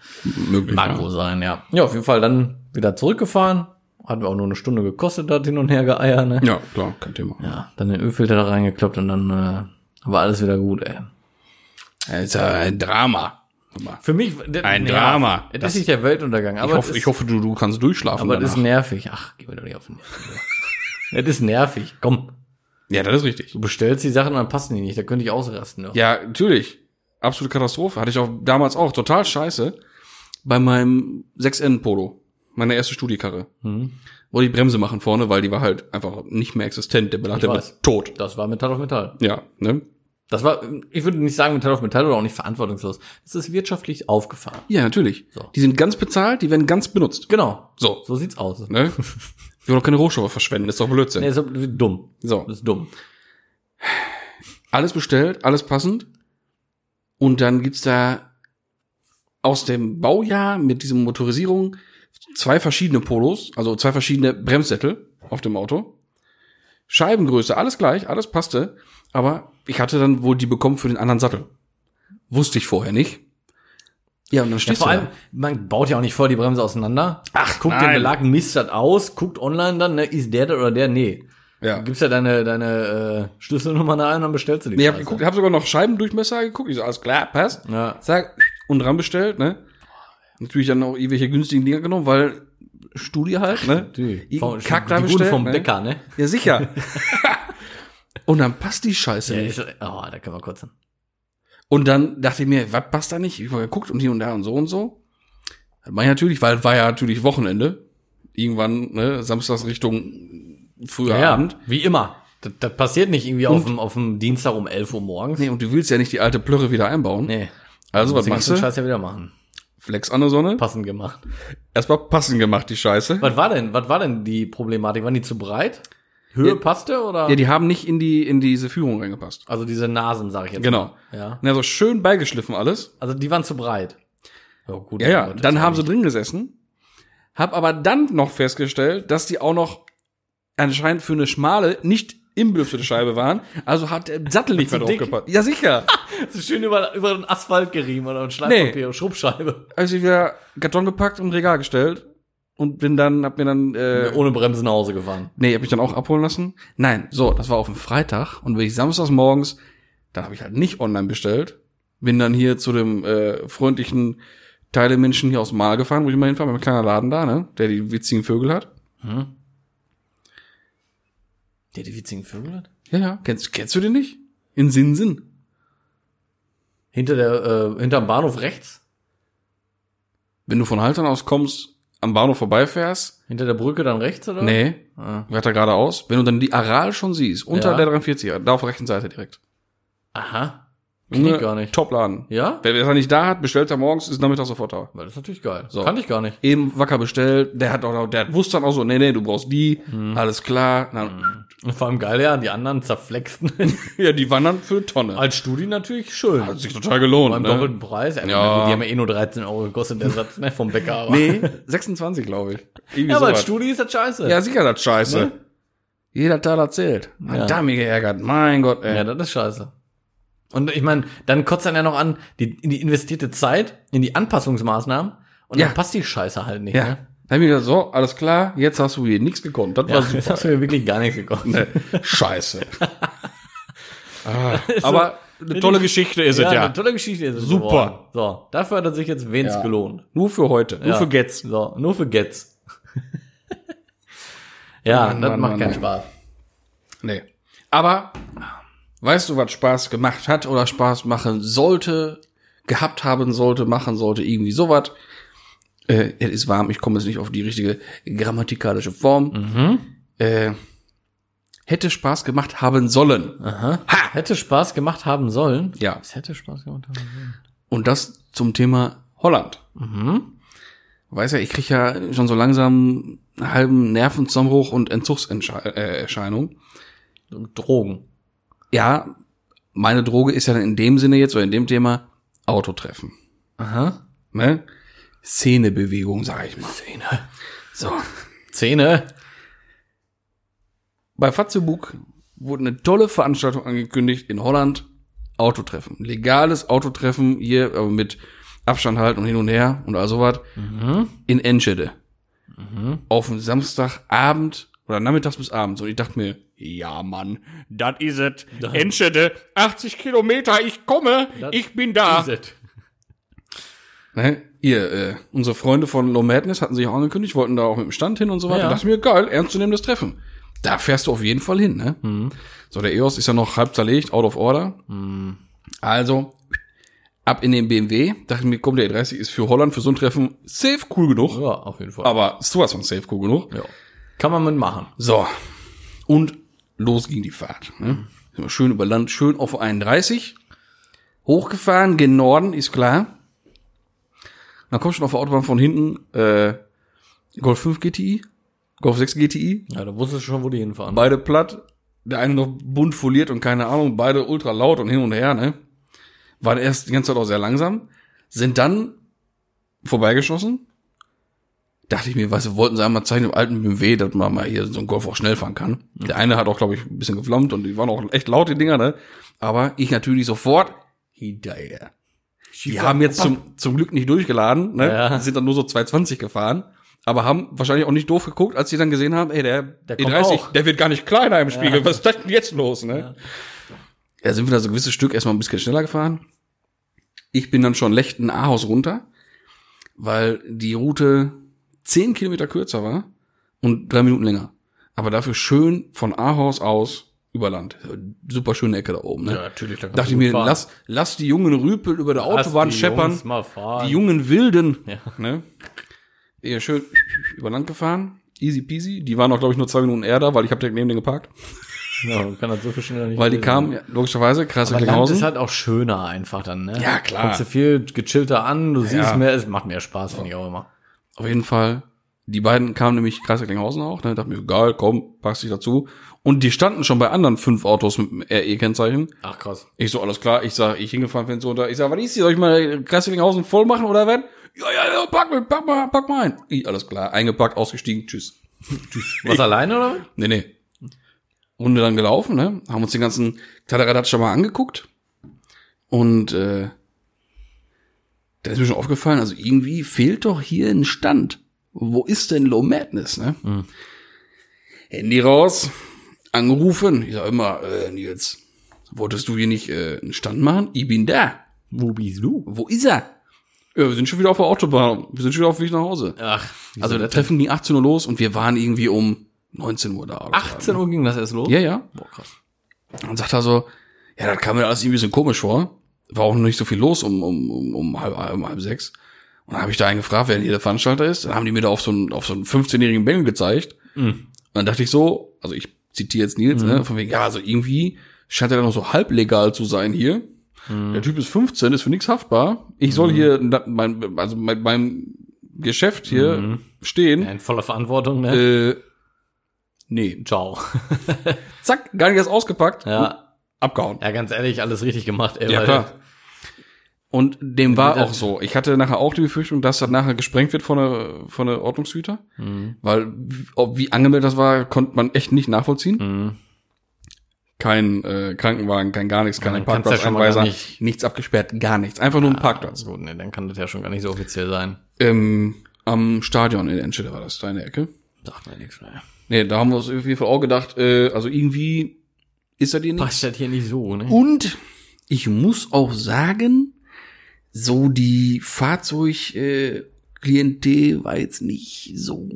Speaker 1: Möglich.
Speaker 2: Mag
Speaker 1: ja.
Speaker 2: wohl sein, ja. Ja, auf jeden Fall dann wieder zurückgefahren. Hatten wir auch nur eine Stunde gekostet, da hin und her geeier, ne?
Speaker 1: ja, klar, kein Thema.
Speaker 2: Ja, dann den Ölfilter da reingekloppt und dann äh, war alles wieder gut, ey.
Speaker 1: Das ist ja ein Drama. Guck mal.
Speaker 2: Für mich
Speaker 1: Ein Drama.
Speaker 2: Das,
Speaker 1: Das-
Speaker 2: ist nicht der Weltuntergang, aber
Speaker 1: Ich hoffe,
Speaker 2: es ist,
Speaker 1: ich hoffe du, du kannst durchschlafen.
Speaker 2: aber das ist
Speaker 1: danach.
Speaker 2: nervig. Ach, geh mir doch nicht auf den Nerv. Das ist nervig. Komm,
Speaker 1: ja, das ist richtig.
Speaker 2: du bestellst die Sachen und dann passen die nicht. Da könnte ich ausrasten. Noch.
Speaker 1: Ja, natürlich. Absolute Katastrophe. Hatte ich auch damals auch. Total scheiße. Bei meinem 6N-Polo. Meine erste Studiekarre.
Speaker 2: Hm.
Speaker 1: Wollte ich Bremse machen vorne, weil die war halt einfach nicht mehr existent. Der Belag,
Speaker 2: Ich
Speaker 1: der war
Speaker 2: weiß.
Speaker 1: tot.
Speaker 2: Das war Metall auf Metall.
Speaker 1: Ja, ne?
Speaker 2: Das war, ich würde nicht sagen Metall auf Metall oder auch nicht verantwortungslos. Es ist wirtschaftlich aufgefahren.
Speaker 1: Ja, natürlich.
Speaker 2: So.
Speaker 1: Die sind ganz bezahlt, die werden ganz benutzt.
Speaker 2: Genau.
Speaker 1: So.
Speaker 2: So sieht's aus.
Speaker 1: Ne? Wir wollen doch keine Rohstoffe verschwenden, ist doch Blödsinn.
Speaker 2: Nee, ist dumm.
Speaker 1: So.
Speaker 2: Das ist dumm.
Speaker 1: Alles bestellt, alles passend. Und dann gibt's da aus dem Baujahr mit diesem Motorisierung zwei verschiedene Polos, also zwei verschiedene Bremssättel auf dem Auto. Scheibengröße, alles gleich, alles passte. Aber ich hatte dann wohl die bekommen für den anderen Sattel. Wusste ich vorher nicht. Ja, und dann
Speaker 2: Ja,
Speaker 1: stehst
Speaker 2: vor
Speaker 1: du
Speaker 2: allem,
Speaker 1: da.
Speaker 2: man baut ja auch nicht voll die Bremse auseinander. Ach, guckt den
Speaker 1: nein.
Speaker 2: Belag, misst das aus, guckt online dann, ne, ist der das oder der? Nee.
Speaker 1: Ja.
Speaker 2: Du gibst ja deine, deine äh, Schlüsselnummer da ein und dann bestellst du die.
Speaker 1: Nee, ich hab,
Speaker 2: Scheiße.
Speaker 1: geguckt, hab sogar noch Scheibendurchmesser geguckt. Ich so, alles klar, passt.
Speaker 2: Also. Ja.
Speaker 1: Zack, und dran bestellt, ne? Natürlich dann auch irgendwelche günstigen Dinger genommen, weil Studie halt, ne?
Speaker 2: Die,
Speaker 1: Irgendeinen
Speaker 2: vom,
Speaker 1: Kack
Speaker 2: die
Speaker 1: da
Speaker 2: guten
Speaker 1: bestellt,
Speaker 2: vom
Speaker 1: ne?
Speaker 2: Bäcker, ne?
Speaker 1: Ja, sicher. und dann passt die Scheiße
Speaker 2: Ja,
Speaker 1: nicht.
Speaker 2: ist, oh, da können wir kotzen.
Speaker 1: Und dann dachte ich mir, was passt da nicht? Ich habe geguckt und hier und da und so und so. Das mach ich natürlich, weil war ja natürlich Wochenende. Irgendwann, ne, samstags Richtung früher
Speaker 2: Ja, ja,
Speaker 1: Abend.
Speaker 2: wie immer. Das, das passiert nicht irgendwie auf dem, auf dem Dienstag um 11 Uhr morgens.
Speaker 1: Nee, und du willst ja nicht die alte Plörre wieder einbauen.
Speaker 2: nee.
Speaker 1: Also, was
Speaker 2: Muss ich
Speaker 1: machst
Speaker 2: den
Speaker 1: du?
Speaker 2: Scheiß ja wieder machen.
Speaker 1: Flex an der Sonne.
Speaker 2: Passend gemacht.
Speaker 1: Erstmal passend gemacht, die Scheiße.
Speaker 2: Was war denn, was war denn die Problematik? Waren die zu breit? Höhe
Speaker 1: Ja.
Speaker 2: passte oder?
Speaker 1: Ja, die haben nicht in die, in diese Führung reingepasst.
Speaker 2: also diese Nasen, sag ich jetzt.
Speaker 1: Genau.
Speaker 2: mal. Ja.
Speaker 1: Na, so schön beigeschliffen alles.
Speaker 2: Also die waren zu breit. Ja, gut,
Speaker 1: Ja, ja.
Speaker 2: aber das
Speaker 1: Dann
Speaker 2: ist
Speaker 1: haben
Speaker 2: auch
Speaker 1: sie drin gesessen. Hab aber dann noch festgestellt, dass die auch noch anscheinend für eine schmale, nicht imbelüftete Scheibe waren. Also hat der Sattel nicht mehr
Speaker 2: Zu
Speaker 1: drauf
Speaker 2: dick.
Speaker 1: gepasst. Ja, sicher.
Speaker 2: nicht- So schön über, über den Asphalt gerieben oder ein Schleifpapier
Speaker 1: Nee.
Speaker 2: und Schrubbscheibe.
Speaker 1: Also ich wieder Karton gepackt und Regal gestellt. Und bin dann, hab mir dann, äh,
Speaker 2: Ohne Bremse nach Hause gefahren.
Speaker 1: nee, hab mich dann auch abholen lassen. Nein, so, das war auf dem Freitag. Und bin ich samstags morgens, dann habe ich halt nicht online bestellt. Bin dann hier zu dem, äh, freundlichen Teilemenschen hier aus Mal gefahren, wo ich immer hinfahre, mit einem kleinen Laden da, ne, der die witzigen Vögel hat.
Speaker 2: Der die witzigen Vögel hat?
Speaker 1: Ja, ja. Kennst, kennst du den nicht? In Sinn, Sinn.
Speaker 2: Hinter der, äh, hinterm Bahnhof rechts?
Speaker 1: Wenn du von Haltern aus kommst, am Bahnhof vorbeifährst,
Speaker 2: Hinter der Brücke dann rechts, oder?
Speaker 1: nee,
Speaker 2: Ah,
Speaker 1: weiter geradeaus, wenn du dann die Aral schon siehst, unter
Speaker 2: Ja.
Speaker 1: der 43er, da auf der rechten Seite direkt.
Speaker 2: Aha. Kenn ich gar nicht.
Speaker 1: Topladen.
Speaker 2: Ja?
Speaker 1: Wer das nicht da hat, bestellt er morgens, ist nachmittags sofort da.
Speaker 2: Weil das ist natürlich geil.
Speaker 1: So.
Speaker 2: Kann ich gar nicht.
Speaker 1: Eben wacker bestellt, der hat auch, noch- der wusste dann auch so, nee, nee, du brauchst die,
Speaker 2: Mhm.
Speaker 1: alles klar. Na,
Speaker 2: Und vor allem geil, ja, die anderen zerflexten.
Speaker 1: Ja, die wandern für eine Tonne.
Speaker 2: Als Studi natürlich schön.
Speaker 1: Hat sich total gelohnt.
Speaker 2: Beim
Speaker 1: ne?
Speaker 2: doppelten Preis. Also, Ja.
Speaker 1: Ja.
Speaker 2: Die haben ja eh nur 13 Euro gekostet, der Satz, ne, vom Bäcker. aber-
Speaker 1: Nee, 26, glaube ich. Irgendwie
Speaker 2: Ja, aber als
Speaker 1: sowas.
Speaker 2: Studi ist das scheiße.
Speaker 1: ja, sicher, das Scheiße. Jeder Teil erzählt. Hat
Speaker 2: Ja.
Speaker 1: da mir geärgert. Mein Gott, ey.
Speaker 2: Ja, das ist scheiße. Und ich meine, dann kotzt dann ja noch an die, in die investierte Zeit, in die Anpassungsmaßnahmen Und
Speaker 1: Ja.
Speaker 2: dann passt die Scheiße halt nicht.
Speaker 1: Ja.
Speaker 2: Ne?
Speaker 1: Dann hab ich gesagt, so, alles klar, jetzt hast du hier nichts bekommen. Das
Speaker 2: Ja,
Speaker 1: war super.
Speaker 2: das hast du mir wirklich gar nichts gekommen.
Speaker 1: Scheiße. ah, aber eine tolle Geschichte ist
Speaker 2: Ja,
Speaker 1: es, ja.
Speaker 2: eine tolle Geschichte ist es
Speaker 1: Super.
Speaker 2: geworden. So, dafür hat er sich jetzt wenigstens
Speaker 1: Ja.
Speaker 2: gelohnt.
Speaker 1: Nur für heute, nur
Speaker 2: Ja.
Speaker 1: für Getz.
Speaker 2: So, nur für Gets. ja,
Speaker 1: Mann,
Speaker 2: das
Speaker 1: Mann,
Speaker 2: macht
Speaker 1: Mann,
Speaker 2: keinen
Speaker 1: Mann.
Speaker 2: Spaß.
Speaker 1: Nee. Aber weißt du, was Spaß gemacht hat oder Spaß machen sollte, gehabt haben sollte, machen sollte, irgendwie sowas? Äh, es ist warm, ich komme jetzt nicht auf die richtige grammatikalische Form. Äh, hätte Spaß gemacht haben sollen.
Speaker 2: Aha. Hätte Spaß gemacht haben sollen.
Speaker 1: Ja.
Speaker 2: Es hätte Spaß gemacht haben sollen.
Speaker 1: Und das zum Thema Holland. Weiß ja, ich krieg ja schon so langsam einen halben Nervenzusammenbruch und Entzugserscheinung.
Speaker 2: Und Drogen.
Speaker 1: ja, meine Droge ist ja dann in dem Sinne jetzt oder in dem Thema Autotreffen.
Speaker 2: Aha.
Speaker 1: Ne? Szenebewegung, sag ich mal.
Speaker 2: Zähne.
Speaker 1: So.
Speaker 2: Zähne.
Speaker 1: Bei Fatzebuk wurde eine tolle Veranstaltung angekündigt in Holland. Autotreffen. Legales Autotreffen hier, aber mit Abstand halten und hin und her und all sowas. In Enschede. Auf dem Samstagabend oder nachmittags bis abends. Und ich dachte mir, ja, Mann, das is it. Enschede, 80 Kilometer, ich komme,
Speaker 2: Dat
Speaker 1: ich bin da. Ne? Ihr, äh, unsere Freunde von Low Madness hatten sich auch angekündigt, wollten da auch mit dem Stand hin und so weiter.
Speaker 2: Ja.
Speaker 1: Dachte mir, geil, ernstzunehmendes Treffen. Da fährst du auf jeden Fall hin, ne?
Speaker 2: Mhm.
Speaker 1: So, der EOS ist ja noch halb zerlegt, out of order.
Speaker 2: Mhm.
Speaker 1: Also, ab in den BMW. Dachte mir, komm, der E30 ist für Holland, für so ein Treffen safe cool genug.
Speaker 2: Ja, auf jeden Fall.
Speaker 1: Aber sowas von safe cool genug.
Speaker 2: ja. Kann man mitmachen.
Speaker 1: So. Und los ging die Fahrt. Ne? Sind wir Schön über Land, schön auf 31. Hochgefahren, gen Norden, ist klar. Dann kommt schon auf der Autobahn von hinten äh, Golf 5 GTI, Golf 6 GTI,
Speaker 2: Ja, da wusstest du schon, wo die hinfahren.
Speaker 1: beide platt, der eine noch bunt foliert und keine Ahnung, beide ultra laut und hin und her, ne? Waren erst die ganze Zeit auch sehr langsam, sind dann vorbeigeschossen. Dachte ich mir, weißt du, wollten sie einmal zeigen, im alten BMW, dass man mal hier so einen Golf auch schnell fahren kann. Der eine hat auch, glaube ich, ein bisschen geflammt und die waren auch echt laut, die Dinger, ne? Aber ich natürlich sofort hinterher. Die haben jetzt zum, zum Glück nicht durchgeladen, ne?
Speaker 2: Ja.
Speaker 1: Sind dann nur so 220 gefahren, aber haben wahrscheinlich auch nicht doof geguckt, als sie dann gesehen haben, ey, der, der
Speaker 2: kommt
Speaker 1: E30,
Speaker 2: auch.
Speaker 1: der wird gar nicht kleiner im Spiegel. Was ist das denn jetzt los, ne? Ja, sind wir da so ein gewisses Stück erstmal ein bisschen schneller gefahren. Ich bin dann schon Lechten Ahaus runter, weil die Route 10 Kilometer kürzer war und drei Minuten länger. Aber dafür schön von Ahaus aus über Land. Super schöne Ecke da oben, ne?
Speaker 2: natürlich. Da
Speaker 1: Dachte ich mir, lass, lass die jungen Rüpel über der Autobahn scheppern.
Speaker 2: Mal fahren.
Speaker 1: Die jungen Wilden.
Speaker 2: Ja.
Speaker 1: Ne? Eher schön über Land gefahren. Easy peasy. Die waren auch, glaube ich, nur zwei Minuten eher da, weil ich habe direkt neben denen geparkt.
Speaker 2: Ja, man kann das so viel schneller nicht
Speaker 1: Weil die
Speaker 2: lesen.
Speaker 1: kamen, ja, logischerweise, krasse
Speaker 2: Aber Land ist
Speaker 1: Klinghausen.
Speaker 2: halt auch schöner einfach dann, ne?
Speaker 1: Ja, klar.
Speaker 2: Kommst du viel gechillter an, du siehst
Speaker 1: Ja.
Speaker 2: mehr, es macht mehr Spaß, finde ich auch immer.
Speaker 1: Auf jeden Fall. Die beiden kamen nämlich krasse Klinghausen auch. Ne? Dachte mir, egal, komm, passt dich dazu. Und die standen schon bei anderen fünf Autos mit dem RE-Kennzeichen.
Speaker 2: Ach krass.
Speaker 1: Ich so, alles klar. Ich sag, ich hingefahren bin so da. Ich sag, was ist hier? Soll ich mal krasse Klinghausen voll machen oder was? Ja, ja, ja, pack mal, pack mal, pack mal ein. Ich, alles klar. Eingepackt, ausgestiegen, tschüss.
Speaker 2: Was alleine oder? was?
Speaker 1: Nee, nee. Runde dann gelaufen, ne? Haben uns den ganzen Kladderadatsch schon mal angeguckt. Und äh, da ist mir schon aufgefallen, also irgendwie fehlt doch hier ein Stand. Wo ist denn Low Madness, ne? Handy raus, angerufen. Ich sag immer, äh, Nils, wolltest du hier nicht äh, einen Stand machen? Ich bin da.
Speaker 2: Wo bist du?
Speaker 1: Wo ist er? Ja, wir sind schon wieder auf der Autobahn. Wir sind schon wieder auf dem Weg nach Hause.
Speaker 2: Ach,
Speaker 1: also der Treffen ging 18 Uhr los und wir waren irgendwie um 19 Uhr da. oder so.
Speaker 2: 18 Uhr ging das erst los?
Speaker 1: Ja, ja.
Speaker 2: Boah, krass.
Speaker 1: Und sagt er so, ja, das kam mir alles irgendwie ein bisschen komisch vor. War auch noch nicht so viel los um, um, um, um, halb, um halb sechs. Und dann habe ich da einen gefragt, wer denn hier der Veranstalter ist. Dann haben die mir da auf so einen, auf so einen 15-jährigen Bengel gezeigt.
Speaker 2: Hm.
Speaker 1: Und dann dachte ich so, also ich zitiere jetzt Nils, ne, von wegen, ja, also irgendwie scheint er dann noch so halblegal zu sein hier.
Speaker 2: Hm.
Speaker 1: Der Typ ist 15, ist für nichts haftbar. Ich soll hier na- mein, also mein, mein Geschäft hier stehen.
Speaker 2: Hm. Ja, in voller Verantwortung, ne?
Speaker 1: Äh, nee.
Speaker 2: Ciao.
Speaker 1: Zack, gar nicht erst ausgepackt. und
Speaker 2: Ja.
Speaker 1: Abgehauen.
Speaker 2: ja, ganz ehrlich, alles richtig gemacht, ey.
Speaker 1: Ja,
Speaker 2: weil-
Speaker 1: klar. Und dem war
Speaker 2: Ja.
Speaker 1: auch so. Ich hatte nachher auch die Befürchtung, dass das nachher gesprengt wird von der, von der Ordnungshüter.
Speaker 2: Mhm.
Speaker 1: Weil, wie- ob- wie angemeldet das war, konnte man echt nicht nachvollziehen.
Speaker 2: Mhm.
Speaker 1: Kein äh, Krankenwagen, kein gar nichts, kein
Speaker 2: Dann kann's ja schon mal
Speaker 1: Parkplatzanweiser,
Speaker 2: gar nicht-
Speaker 1: nichts abgesperrt, gar nichts. Einfach nur ein Parkplatz.
Speaker 2: Also gut, nee, dann kann das ja schon gar nicht so offiziell sein.
Speaker 1: Ähm, am Stadion in Enschede war das, da in der Ecke.
Speaker 2: Sagt mir nichts mehr.
Speaker 1: Nee, da haben wir uns auf jeden Fall auch gedacht, äh, also irgendwie ist das hier nicht.
Speaker 2: Passt das hier nicht so, ne?
Speaker 1: Und ich muss auch sagen, so die Fahrzeugklientel äh, Klientel war jetzt nicht so.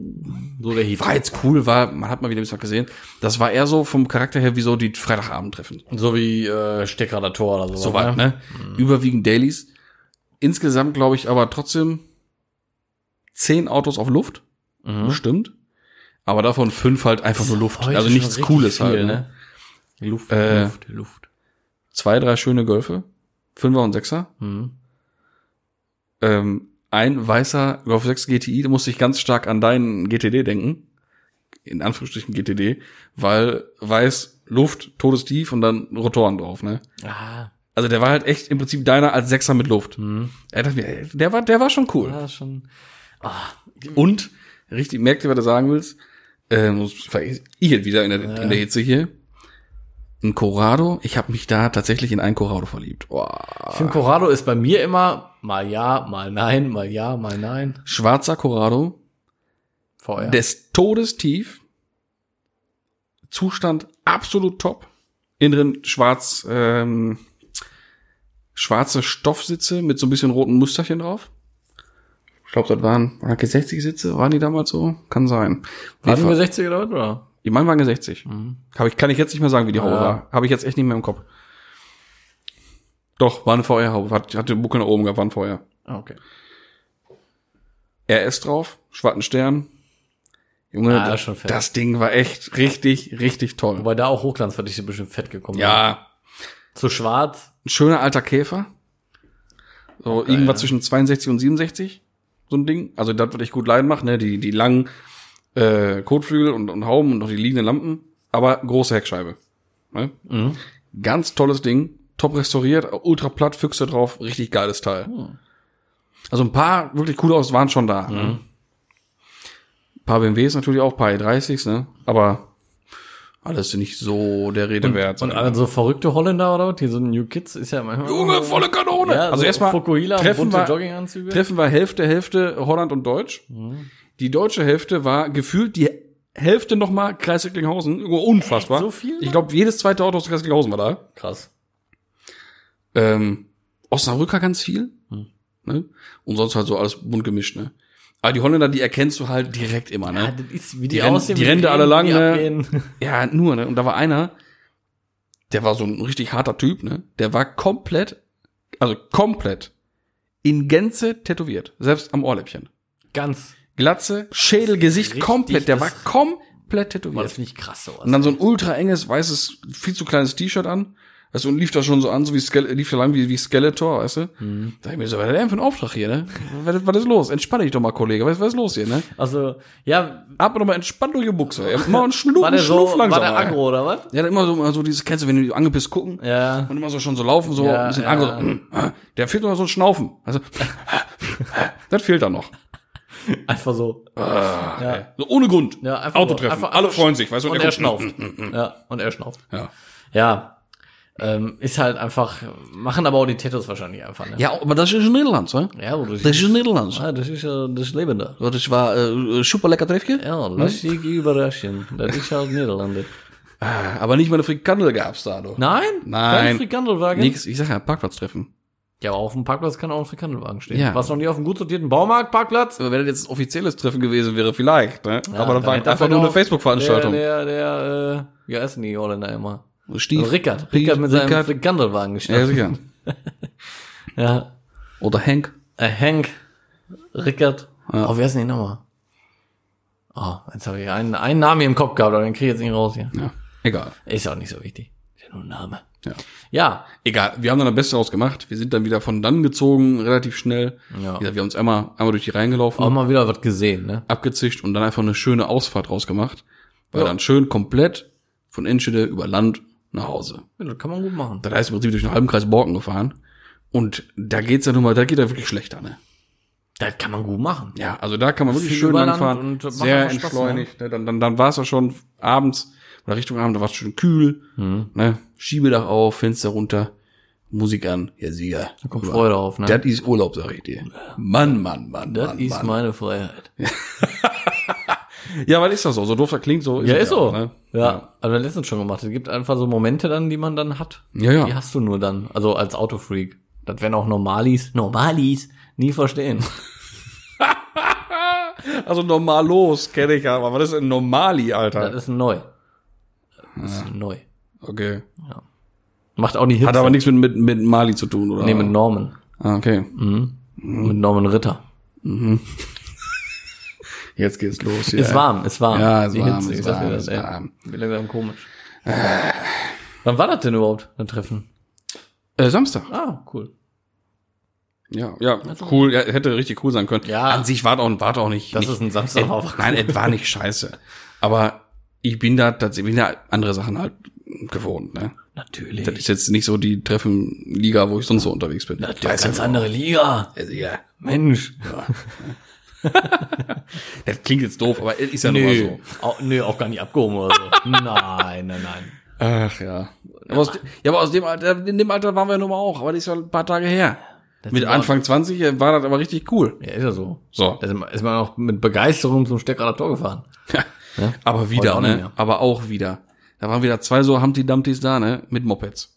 Speaker 2: So der Hit.
Speaker 1: War jetzt cool, war, man hat mal wieder ein bisschen was gesehen. Das war eher so vom Charakter her wie so die Freitagabendtreffen.
Speaker 2: So wie äh, Steckrader Tor oder so.
Speaker 1: Soweit, ne?
Speaker 2: Mhm.
Speaker 1: Überwiegend Dailies. Insgesamt glaube ich aber trotzdem zehn Autos auf Luft,
Speaker 2: Mhm.
Speaker 1: bestimmt. Aber davon fünf halt einfach nur ne? Luft.
Speaker 2: Heute
Speaker 1: Also
Speaker 2: schon
Speaker 1: nichts
Speaker 2: richtig
Speaker 1: Cooles
Speaker 2: viel,
Speaker 1: halt. Ne?
Speaker 2: Luft,
Speaker 1: Äh,
Speaker 2: Luft, Luft.
Speaker 1: Zwei, drei schöne Golfe. Fünfer und Sechser.
Speaker 2: Mhm.
Speaker 1: ähm, ein weißer Golf 6 GTI, da musste ich ganz stark an deinen GTD denken. In Anführungsstrichen GTD, weil weiß, Luft, todestief und dann Rotoren drauf, ne?
Speaker 2: Ah,
Speaker 1: Also der war halt echt im Prinzip deiner als Sechser mit Luft.
Speaker 2: mhm.
Speaker 1: Er dachte mir, ey, Der war, der war schon cool.
Speaker 2: ja, schon.
Speaker 1: Und, richtig, merkt ihr, was du sagen willst? Ähm, muss- vergiss- ich jetzt wieder in der, in der Hitze hier. Ein Corrado, ich habe mich da tatsächlich in einen Corrado verliebt. Boah.
Speaker 2: Ich finde, Corrado ist bei mir immer mal ja, mal nein, mal ja, mal nein.
Speaker 1: Schwarzer Corrado,
Speaker 2: VR.
Speaker 1: des Todes tief. Zustand absolut top. Inneren schwarz, ähm, schwarze Stoffsitze mit so ein bisschen roten Musterchen drauf. Ich glaube, das waren, waren das 60 Sitze, waren die damals so? Kann sein.
Speaker 2: Hatten wir 60 Leute, oder?
Speaker 1: Die meinen waren 60.
Speaker 2: Mhm.
Speaker 1: Hab ich, kann ich jetzt nicht mehr sagen, wie die Haube
Speaker 2: Ja.
Speaker 1: war. Habe ich jetzt echt nicht mehr im Kopf. Doch, war eine VR-Haube. Hat, hatte Buckel nach oben gehabt, war ein VR.
Speaker 2: Ah, Okay.
Speaker 1: RS drauf, schwarzen Stern. Junge,
Speaker 2: Ah,
Speaker 1: das,
Speaker 2: schon fett.
Speaker 1: das Ding war echt richtig, richtig toll.
Speaker 2: Wobei da auch Hochglanz ich so ein bisschen fett gekommen. bin.
Speaker 1: ja,
Speaker 2: Zu schwarz.
Speaker 1: ein schöner alter Käfer. So irgendwas
Speaker 2: ja.
Speaker 1: zwischen 62 und 67. So ein Ding. Also das, was ich gut leiden mache, ne? Die, die langen äh, Kotflügel und, und Hauben und noch die liegenden Lampen. Aber große Heckscheibe. Ne?
Speaker 2: Mhm.
Speaker 1: Ganz tolles Ding. Top restauriert, ultra platt, Füchse drauf, richtig geiles Teil.
Speaker 2: Oh.
Speaker 1: Also ein paar wirklich coole Autos waren schon da.
Speaker 2: Mhm.
Speaker 1: Ne? Ein paar BMWs natürlich auch, ein paar E30s, ne? Aber alles nicht so der Rede wert.
Speaker 2: Und also verrückte Holländer oder was? Die so New Kids ist ja manchmal.
Speaker 1: Junge, volle Kanone!
Speaker 2: Ja,
Speaker 1: also erstmal
Speaker 2: Fukuhila und
Speaker 1: treffen
Speaker 2: bunte
Speaker 1: wir,
Speaker 2: Jogginganzüge.
Speaker 1: treffen wir Hälfte, Hälfte Holland und Deutsch.
Speaker 2: Mhm.
Speaker 1: Die deutsche Hälfte war gefühlt die Hälfte nochmal Kreis Recklinghausen. Oh, Unfassbar.
Speaker 2: Echt? So viel?
Speaker 1: Ich glaube, jedes zweite Auto aus Kreis Recklinghausen war da.
Speaker 2: Krass.
Speaker 1: Ähm, Osnabrücker ganz viel.
Speaker 2: Mhm.
Speaker 1: Ne? Und sonst halt so alles bunt gemischt, ne? Aber die Holländer, die erkennst du halt direkt immer,
Speaker 2: Ja,
Speaker 1: ne?
Speaker 2: Ah, das ist, wie die,
Speaker 1: Die rennen-
Speaker 2: aussehen,
Speaker 1: die
Speaker 2: wie
Speaker 1: rennen da alle
Speaker 2: reden,
Speaker 1: lang,
Speaker 2: wie die
Speaker 1: ne?
Speaker 2: abgehen.
Speaker 1: Ja, nur, ne? Und da war einer, der war so ein richtig harter Typ, ne? Der war komplett, also komplett in Gänze tätowiert. Selbst am Ohrläppchen.
Speaker 2: Ganz.
Speaker 1: Glatze, Schädel, Gesicht,
Speaker 2: richtig,
Speaker 1: komplett. Der war
Speaker 2: das-
Speaker 1: komplett
Speaker 2: Boah,
Speaker 1: tätowiert.
Speaker 2: das finde ich krass sowas.
Speaker 1: Und dann so ein ultra enges, weißes, viel zu kleines T-Shirt an. Weißt du, und lief da schon so an, so wie Skele lief da lang wie, wie Skeletor, weißt du?
Speaker 2: Mhm.
Speaker 1: Da hab ich mir so, was ist denn für ein Auftrag hier, ne? Was, was ist los? Entspanne dich doch mal, Kollege. Was, was ist los hier, ne?
Speaker 2: also, ja,
Speaker 1: Ab und mal entspannt durch die Buchse. ey. Mal einen Schnuff,
Speaker 2: war der
Speaker 1: Schnuff
Speaker 2: so, war der aggro oder was?
Speaker 1: Ja, immer so, immer so dieses, kennst du, wenn du angepisst gucken?
Speaker 2: Ja.
Speaker 1: Und immer so schon so laufen, so
Speaker 2: Ja,
Speaker 1: ein bisschen
Speaker 2: ja.
Speaker 1: aggro, so, mm, äh, der fehlt immer so ein Schnaufen. Also, das fehlt da noch.
Speaker 2: Einfach so.
Speaker 1: Ah,
Speaker 2: ja.
Speaker 1: So ohne Grund.
Speaker 2: Ja, einfach
Speaker 1: Autotreffen.
Speaker 2: so. Einfach-
Speaker 1: Alle
Speaker 2: einfach
Speaker 1: freuen sich, weißt du?
Speaker 2: Und, er
Speaker 1: guckt,
Speaker 2: schnauft. ja, und er schnauft.
Speaker 1: Ja.
Speaker 2: Ja. Ähm, ist halt einfach, machen aber auch die Tattoos wahrscheinlich einfach, ne?
Speaker 1: ja, aber das ist Nederlands, ne?
Speaker 2: Ja, wo du
Speaker 1: Das ist Nederlands.
Speaker 2: ah, das ist ja das Leben da.
Speaker 1: Dat is waar, eh, super lekker trefje.
Speaker 2: Ja, lass dich überraschen. Das ist halt Niederlande.
Speaker 1: Aber nicht mal eine Frikandel gab's da, doch.
Speaker 2: Nein?
Speaker 1: Nein.
Speaker 2: Kein Frikandelwagen?
Speaker 1: Nix, ich sag ja, Parkplatz treffen.
Speaker 2: Ja, aber auf dem Parkplatz kann auch ein Frikandelwagen stehen.
Speaker 1: Ja.
Speaker 2: Was noch nie auf einem gut sortierten Baumarktparkplatz?
Speaker 1: Wenn das jetzt ein offizielles Treffen gewesen wäre, vielleicht, ne? Aber das
Speaker 2: da
Speaker 1: war
Speaker 2: hätte
Speaker 1: einfach
Speaker 2: er
Speaker 1: nur eine
Speaker 2: auch-
Speaker 1: Facebook-Veranstaltung.
Speaker 2: Der, der, der, äh, wie heißen die Holländer immer?
Speaker 1: Stief.
Speaker 2: Rickard.
Speaker 1: Piet,
Speaker 2: Rickard mit seinem
Speaker 1: Rickard.
Speaker 2: Frikandelwagen
Speaker 1: Ja,
Speaker 2: gestanden.
Speaker 1: sicher.
Speaker 2: Ja.
Speaker 1: Oder Henk.
Speaker 2: Äh, Hank, Rickard. Oh, wer ist denn die Nummer? Oh, jetzt habe ich einen, einen Namen hier im Kopf gehabt, aber den kriege ich jetzt nicht raus hier.
Speaker 1: Ja. Egal.
Speaker 2: Ist auch nicht so wichtig. Ist ja nur ein Name.
Speaker 1: Ja.
Speaker 2: Ja.
Speaker 1: Egal, wir haben dann das Beste draus gemacht. Wir sind dann wieder von dann gezogen, relativ schnell.
Speaker 2: Ja.
Speaker 1: Wie gesagt, wir haben uns einmal, einmal durch die Reihen gelaufen,
Speaker 2: Auch mal wieder was gesehen, ne?
Speaker 1: abgezischt und dann einfach eine schöne Ausfahrt draus gemacht. Weil dann schön komplett von Enschede über Land nach Hause.
Speaker 2: Ja, das kann man gut machen.
Speaker 1: Da ist im Prinzip durch den halben Kreis Borken gefahren. Und da geht's ja nun mal, da geht er wirklich schlechter, ne?
Speaker 2: Das kann man gut machen.
Speaker 1: Ja, also da kann man wirklich
Speaker 2: Viel
Speaker 1: schön
Speaker 2: über Land
Speaker 1: langfahren,
Speaker 2: und macht
Speaker 1: sehr ne?
Speaker 2: einfach Spaß,
Speaker 1: entschleunigt. ne? Dann, dann, dann war's ja schon abends, oder Richtung Abend, da war es schön kühl,
Speaker 2: Mhm.
Speaker 1: ne? Schiebedach auf, Fenster runter, Musik an, ja Sieger. Da
Speaker 2: Kommt Freude auf, ne?
Speaker 1: Das ist Urlaub, sag ich dir. Mann, Mann, Mann,
Speaker 2: Das
Speaker 1: Mann,
Speaker 2: ist
Speaker 1: Mann.
Speaker 2: meine Freiheit.
Speaker 1: Ja, weil ist das so, so doof das klingt, so
Speaker 2: Ja,
Speaker 1: es
Speaker 2: ist so.
Speaker 1: auch, ne?
Speaker 2: Ja, aber letztens schon gemacht. Es gibt einfach so Momente dann, die man dann hat.
Speaker 1: Ja, ja.
Speaker 2: Die hast du nur dann. Also als Autofreak. Das werden auch Normalis, Normalis nie verstehen.
Speaker 3: Also normal los, kenne ich ja, aber was ist denn Normali,
Speaker 2: Das
Speaker 3: Alter?
Speaker 2: ist neu. Das ist neu.
Speaker 1: Okay.
Speaker 2: Macht auch die Hits.
Speaker 1: Hat aber nichts mit, mit, mit Mali zu tun, oder?
Speaker 2: nee, mit Mhm. Norman.
Speaker 1: ah, okay.
Speaker 2: Mit Norman Ritter.
Speaker 1: Jetzt geht's los.
Speaker 2: Ist warm, ist warm.
Speaker 1: Ja, ist
Speaker 2: Die
Speaker 1: warm,
Speaker 2: Hitze,
Speaker 1: ist
Speaker 2: ich sag dir
Speaker 1: warm,
Speaker 2: das,
Speaker 1: ist
Speaker 2: ey.
Speaker 1: warm. Ah.
Speaker 2: Wird langsam komisch. Wann war das denn überhaupt, ein Treffen?
Speaker 1: Äh, Samstag.
Speaker 2: Ah, cool.
Speaker 1: Ja, ja, cool. Ja, hätte richtig cool sein können.
Speaker 2: Ja.
Speaker 1: An sich war es auch, war es auch nicht.
Speaker 2: Das
Speaker 1: nicht,
Speaker 2: ist ein Samstag.
Speaker 1: äh, Nein, es war nicht scheiße. Aber ich bin da tatsächlich, ich bin da andere Sachen halt gewohnt, ne?
Speaker 2: Natürlich.
Speaker 1: Das ist jetzt nicht so die Treffenliga, wo ich sonst so unterwegs bin.
Speaker 2: Natürlich, ganz andere Liga.
Speaker 1: Also, ja.
Speaker 2: Mensch.
Speaker 1: Das klingt jetzt doof, aber es ist ja nun mal so.
Speaker 2: Au- nö, auch gar nicht abgehoben oder so. nein, nein, nein.
Speaker 1: Ach ja. Aber aus, ja, aber aus dem Alter, in dem Alter waren wir nun mal auch, aber das ist ja ein paar Tage her.
Speaker 2: Das
Speaker 1: Mit
Speaker 2: sind wir
Speaker 1: Anfang 20 war das aber richtig cool.
Speaker 2: Ja, ist ja so.
Speaker 1: So.
Speaker 2: Da sind- ist man auch mit Begeisterung zum Steckrader Tor gefahren. Ja?
Speaker 1: Aber wieder,
Speaker 2: auch nicht
Speaker 1: ne?
Speaker 2: mehr.
Speaker 1: Aber auch wieder. Da waren wieder zwei so Humpty Dumptys da, ne? Mit Mopeds.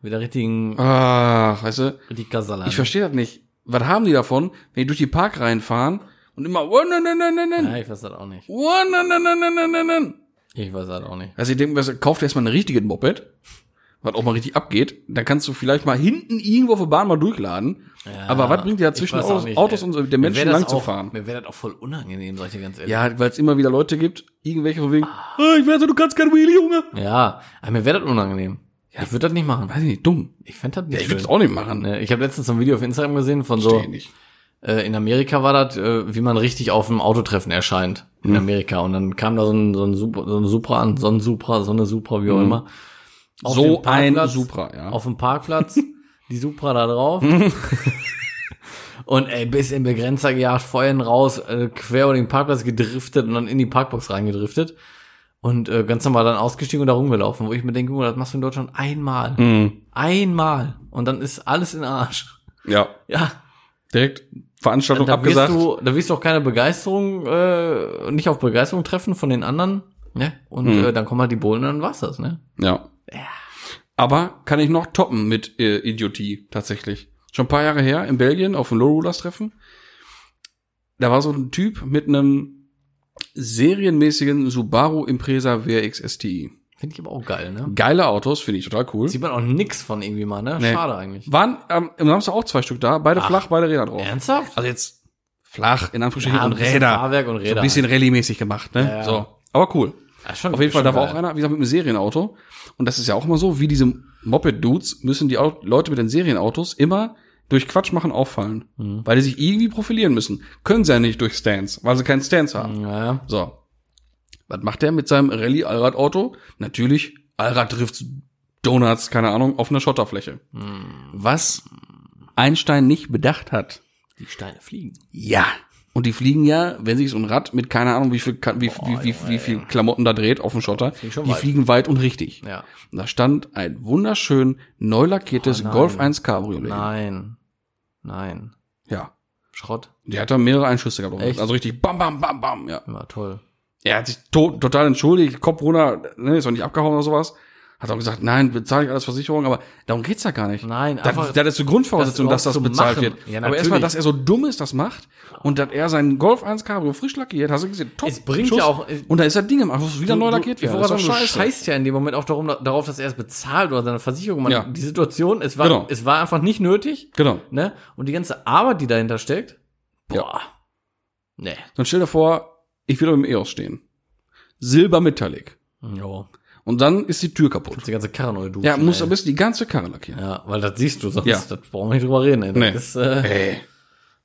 Speaker 2: Mit der richtigen,
Speaker 1: Ach, weißt du?
Speaker 2: die Kasalane.
Speaker 1: Ich verstehe das nicht. Was haben die davon, wenn die durch die Park reinfahren und immer oh, one, one, one, one, one,
Speaker 2: Ja, ich weiß das auch nicht.
Speaker 1: one, one, one, one, one, one, one.
Speaker 2: Ich weiß das auch nicht.
Speaker 1: Also ich denke, mir, kauft erstmal ein richtiges Moped, was auch mal richtig abgeht, dann kannst du vielleicht mal hinten irgendwo auf der Bahn mal durchladen. aber was bringt dir
Speaker 2: Ich
Speaker 1: dazwischen
Speaker 2: weiß auch
Speaker 1: Autos,
Speaker 2: nicht,
Speaker 1: Autos
Speaker 2: ey.
Speaker 1: und so, mit
Speaker 2: Mir
Speaker 1: den Menschen
Speaker 2: wär das
Speaker 1: lang zu
Speaker 2: auch-
Speaker 1: fahren?
Speaker 2: Mir wäre das auch voll unangenehm, sag ich dir ganz ehrlich.
Speaker 1: Ja, weil es immer wieder Leute gibt, irgendwelche von wegen, "Ah, ich werde, du kannst kein Wheelie, Junge.
Speaker 2: Ja, aber mir wäre das unangenehm. Ich würde das nicht machen.
Speaker 1: Weiß ich nicht, dumm.
Speaker 2: Ich fände das
Speaker 1: Ja,
Speaker 2: nicht
Speaker 1: ich
Speaker 2: schön.
Speaker 1: würde es auch nicht machen.
Speaker 2: Ne, Ich habe letztens so ein Video auf Instagram gesehen von so,
Speaker 1: Verstehe nicht.
Speaker 2: äh, in Amerika war das, äh, wie man richtig auf einem Autotreffen erscheint in Amerika. Und dann kam da so ein, so ein, Supra, so ein Supra an, so ein Supra, so eine Supra, wie auch immer. Mhm. Auf
Speaker 1: So
Speaker 2: dem
Speaker 1: ein
Speaker 2: Parkplatz-
Speaker 1: Supra, ja.
Speaker 2: Auf dem Parkplatz, die Supra da drauf. und ey, bis in Begrenzer gejagt, vorhin raus, äh, quer über den Parkplatz gedriftet und dann in die Parkbox reingedriftet. Und äh, ganz normal dann ausgestiegen und da rumgelaufen, wo ich mir denke, Junge, das machst du in Deutschland einmal. Einmal. Und dann ist alles in den Arsch.
Speaker 1: Ja,
Speaker 2: Ja,
Speaker 1: direkt Veranstaltung
Speaker 2: da wirst,
Speaker 1: abgesagt.
Speaker 2: du, da wirst du auch keine Begeisterung, äh, nicht auf Begeisterung treffen von den anderen. Ne? Und
Speaker 1: Hm.
Speaker 2: äh, dann kommen halt die Bullen und dann war's das, ne?
Speaker 1: ja. Aber kann ich noch toppen mit äh, Idiotie tatsächlich. Schon ein paar Jahre her in Belgien auf dem Low Rollers Treffen. Da war so ein Typ mit einem serienmäßigen Subaru Impreza WRX STI.
Speaker 2: Finde ich aber auch geil, ne?
Speaker 1: Geile Autos, finde ich total cool.
Speaker 2: Sieht man auch nix von irgendwie mal, ne?
Speaker 1: Nee.
Speaker 2: Schade eigentlich.
Speaker 1: Waren ähm, am Samstag auch zwei Stück da, beide
Speaker 2: Ach.
Speaker 1: flach, beide Räder drauf.
Speaker 2: Ernsthaft?
Speaker 1: Also jetzt flach in Anführungsstrichen
Speaker 2: Ja, ein
Speaker 1: und
Speaker 2: bisschen
Speaker 1: Räder.
Speaker 2: Fahrwerk und
Speaker 1: So
Speaker 2: Räder
Speaker 1: ein bisschen rallye-mäßig gemacht, ne?
Speaker 2: Ja, ja.
Speaker 1: So. Aber cool.
Speaker 2: Ah, schon,
Speaker 1: Auf jeden Fall,
Speaker 2: schon
Speaker 1: da war auch
Speaker 2: geil.
Speaker 1: einer, wie gesagt, mit einem Serienauto. Und das ist ja auch immer so, wie diese Moped-Dudes müssen die Au- Leute mit den Serienautos immer durch Quatsch machen auffallen.
Speaker 2: Mhm.
Speaker 1: Weil die sich irgendwie profilieren müssen. Können sie ja nicht durch Stands, weil sie keinen Stands haben.
Speaker 2: Ja, ja.
Speaker 1: So. Was macht der mit seinem Rallye-Allradauto? Natürlich, Allrad trifft Donuts, keine Ahnung, auf einer Schotterfläche.
Speaker 2: Mhm.
Speaker 1: Was Einstein nicht bedacht hat.
Speaker 2: Die Steine fliegen.
Speaker 1: Ja. Und die fliegen ja, wenn sich so ein Rad mit keine Ahnung, wie viel, Ka- wie,
Speaker 2: Oh,
Speaker 1: wie, wie, wie viel Klamotten da dreht auf dem Schotter, die
Speaker 2: schon weit.
Speaker 1: fliegen weit und richtig.
Speaker 2: Ja.
Speaker 1: Und da stand ein wunderschön neu lackiertes
Speaker 2: Oh nein.
Speaker 1: Golf 1 Cabriolet.
Speaker 2: Nein. Nein.
Speaker 1: Ja.
Speaker 2: Schrott.
Speaker 1: Der hat da mehrere Einschüsse gehabt.
Speaker 2: Echt?
Speaker 1: Also richtig bam, bam, bam, bam, ja.
Speaker 2: Ja, toll.
Speaker 1: Er hat sich to total entschuldigt, Kopf runter, ne, ist auch nicht abgehauen oder sowas. Hat auch gesagt, nein, bezahle ich alles Versicherung, aber darum geht's ja gar nicht.
Speaker 2: Nein,
Speaker 1: da,
Speaker 2: einfach-
Speaker 1: da ist die Grundvoraussetzung,
Speaker 2: das
Speaker 1: dass das
Speaker 2: überhaupt zu
Speaker 1: bezahlt
Speaker 2: machen.
Speaker 1: wird.
Speaker 2: Ja,
Speaker 1: aber
Speaker 2: natürlich.
Speaker 1: erstmal, dass er so dumm ist, das macht und dass er seinen Golf 1 Cabrio frisch lackiert, hast du gesehen, top.
Speaker 2: Es bringt
Speaker 1: Schuss.
Speaker 2: ja auch-
Speaker 1: Und da ist das Ding im Arsch, wieder neu lackiert
Speaker 2: ich
Speaker 1: werden.
Speaker 2: wollte
Speaker 1: Das ist
Speaker 2: sagen,
Speaker 1: doch
Speaker 2: du scheißt ja in dem Moment auch darum, darauf, dass er es bezahlt oder seine Versicherung. Man,
Speaker 1: Ja.
Speaker 2: Die Situation, es war,
Speaker 1: Genau.
Speaker 2: es war einfach nicht nötig.
Speaker 1: Genau.
Speaker 2: ne? Und die ganze Arbeit, die dahinter steckt, boah. Nee.
Speaker 1: Dann stell dir vor, ich will im EOS stehen. Silbermetallic.
Speaker 2: Ja.
Speaker 1: Und dann ist die Tür kaputt.
Speaker 2: Die ganze Karre neu duschen.
Speaker 1: Ja, muss
Speaker 2: ey.
Speaker 1: am besten die ganze Karre lackieren.
Speaker 2: Ja, weil das siehst du sonst,
Speaker 1: Ja.
Speaker 2: das brauchen wir nicht drüber reden, ey. Das
Speaker 1: Nee.
Speaker 2: ist, äh,
Speaker 1: Ey.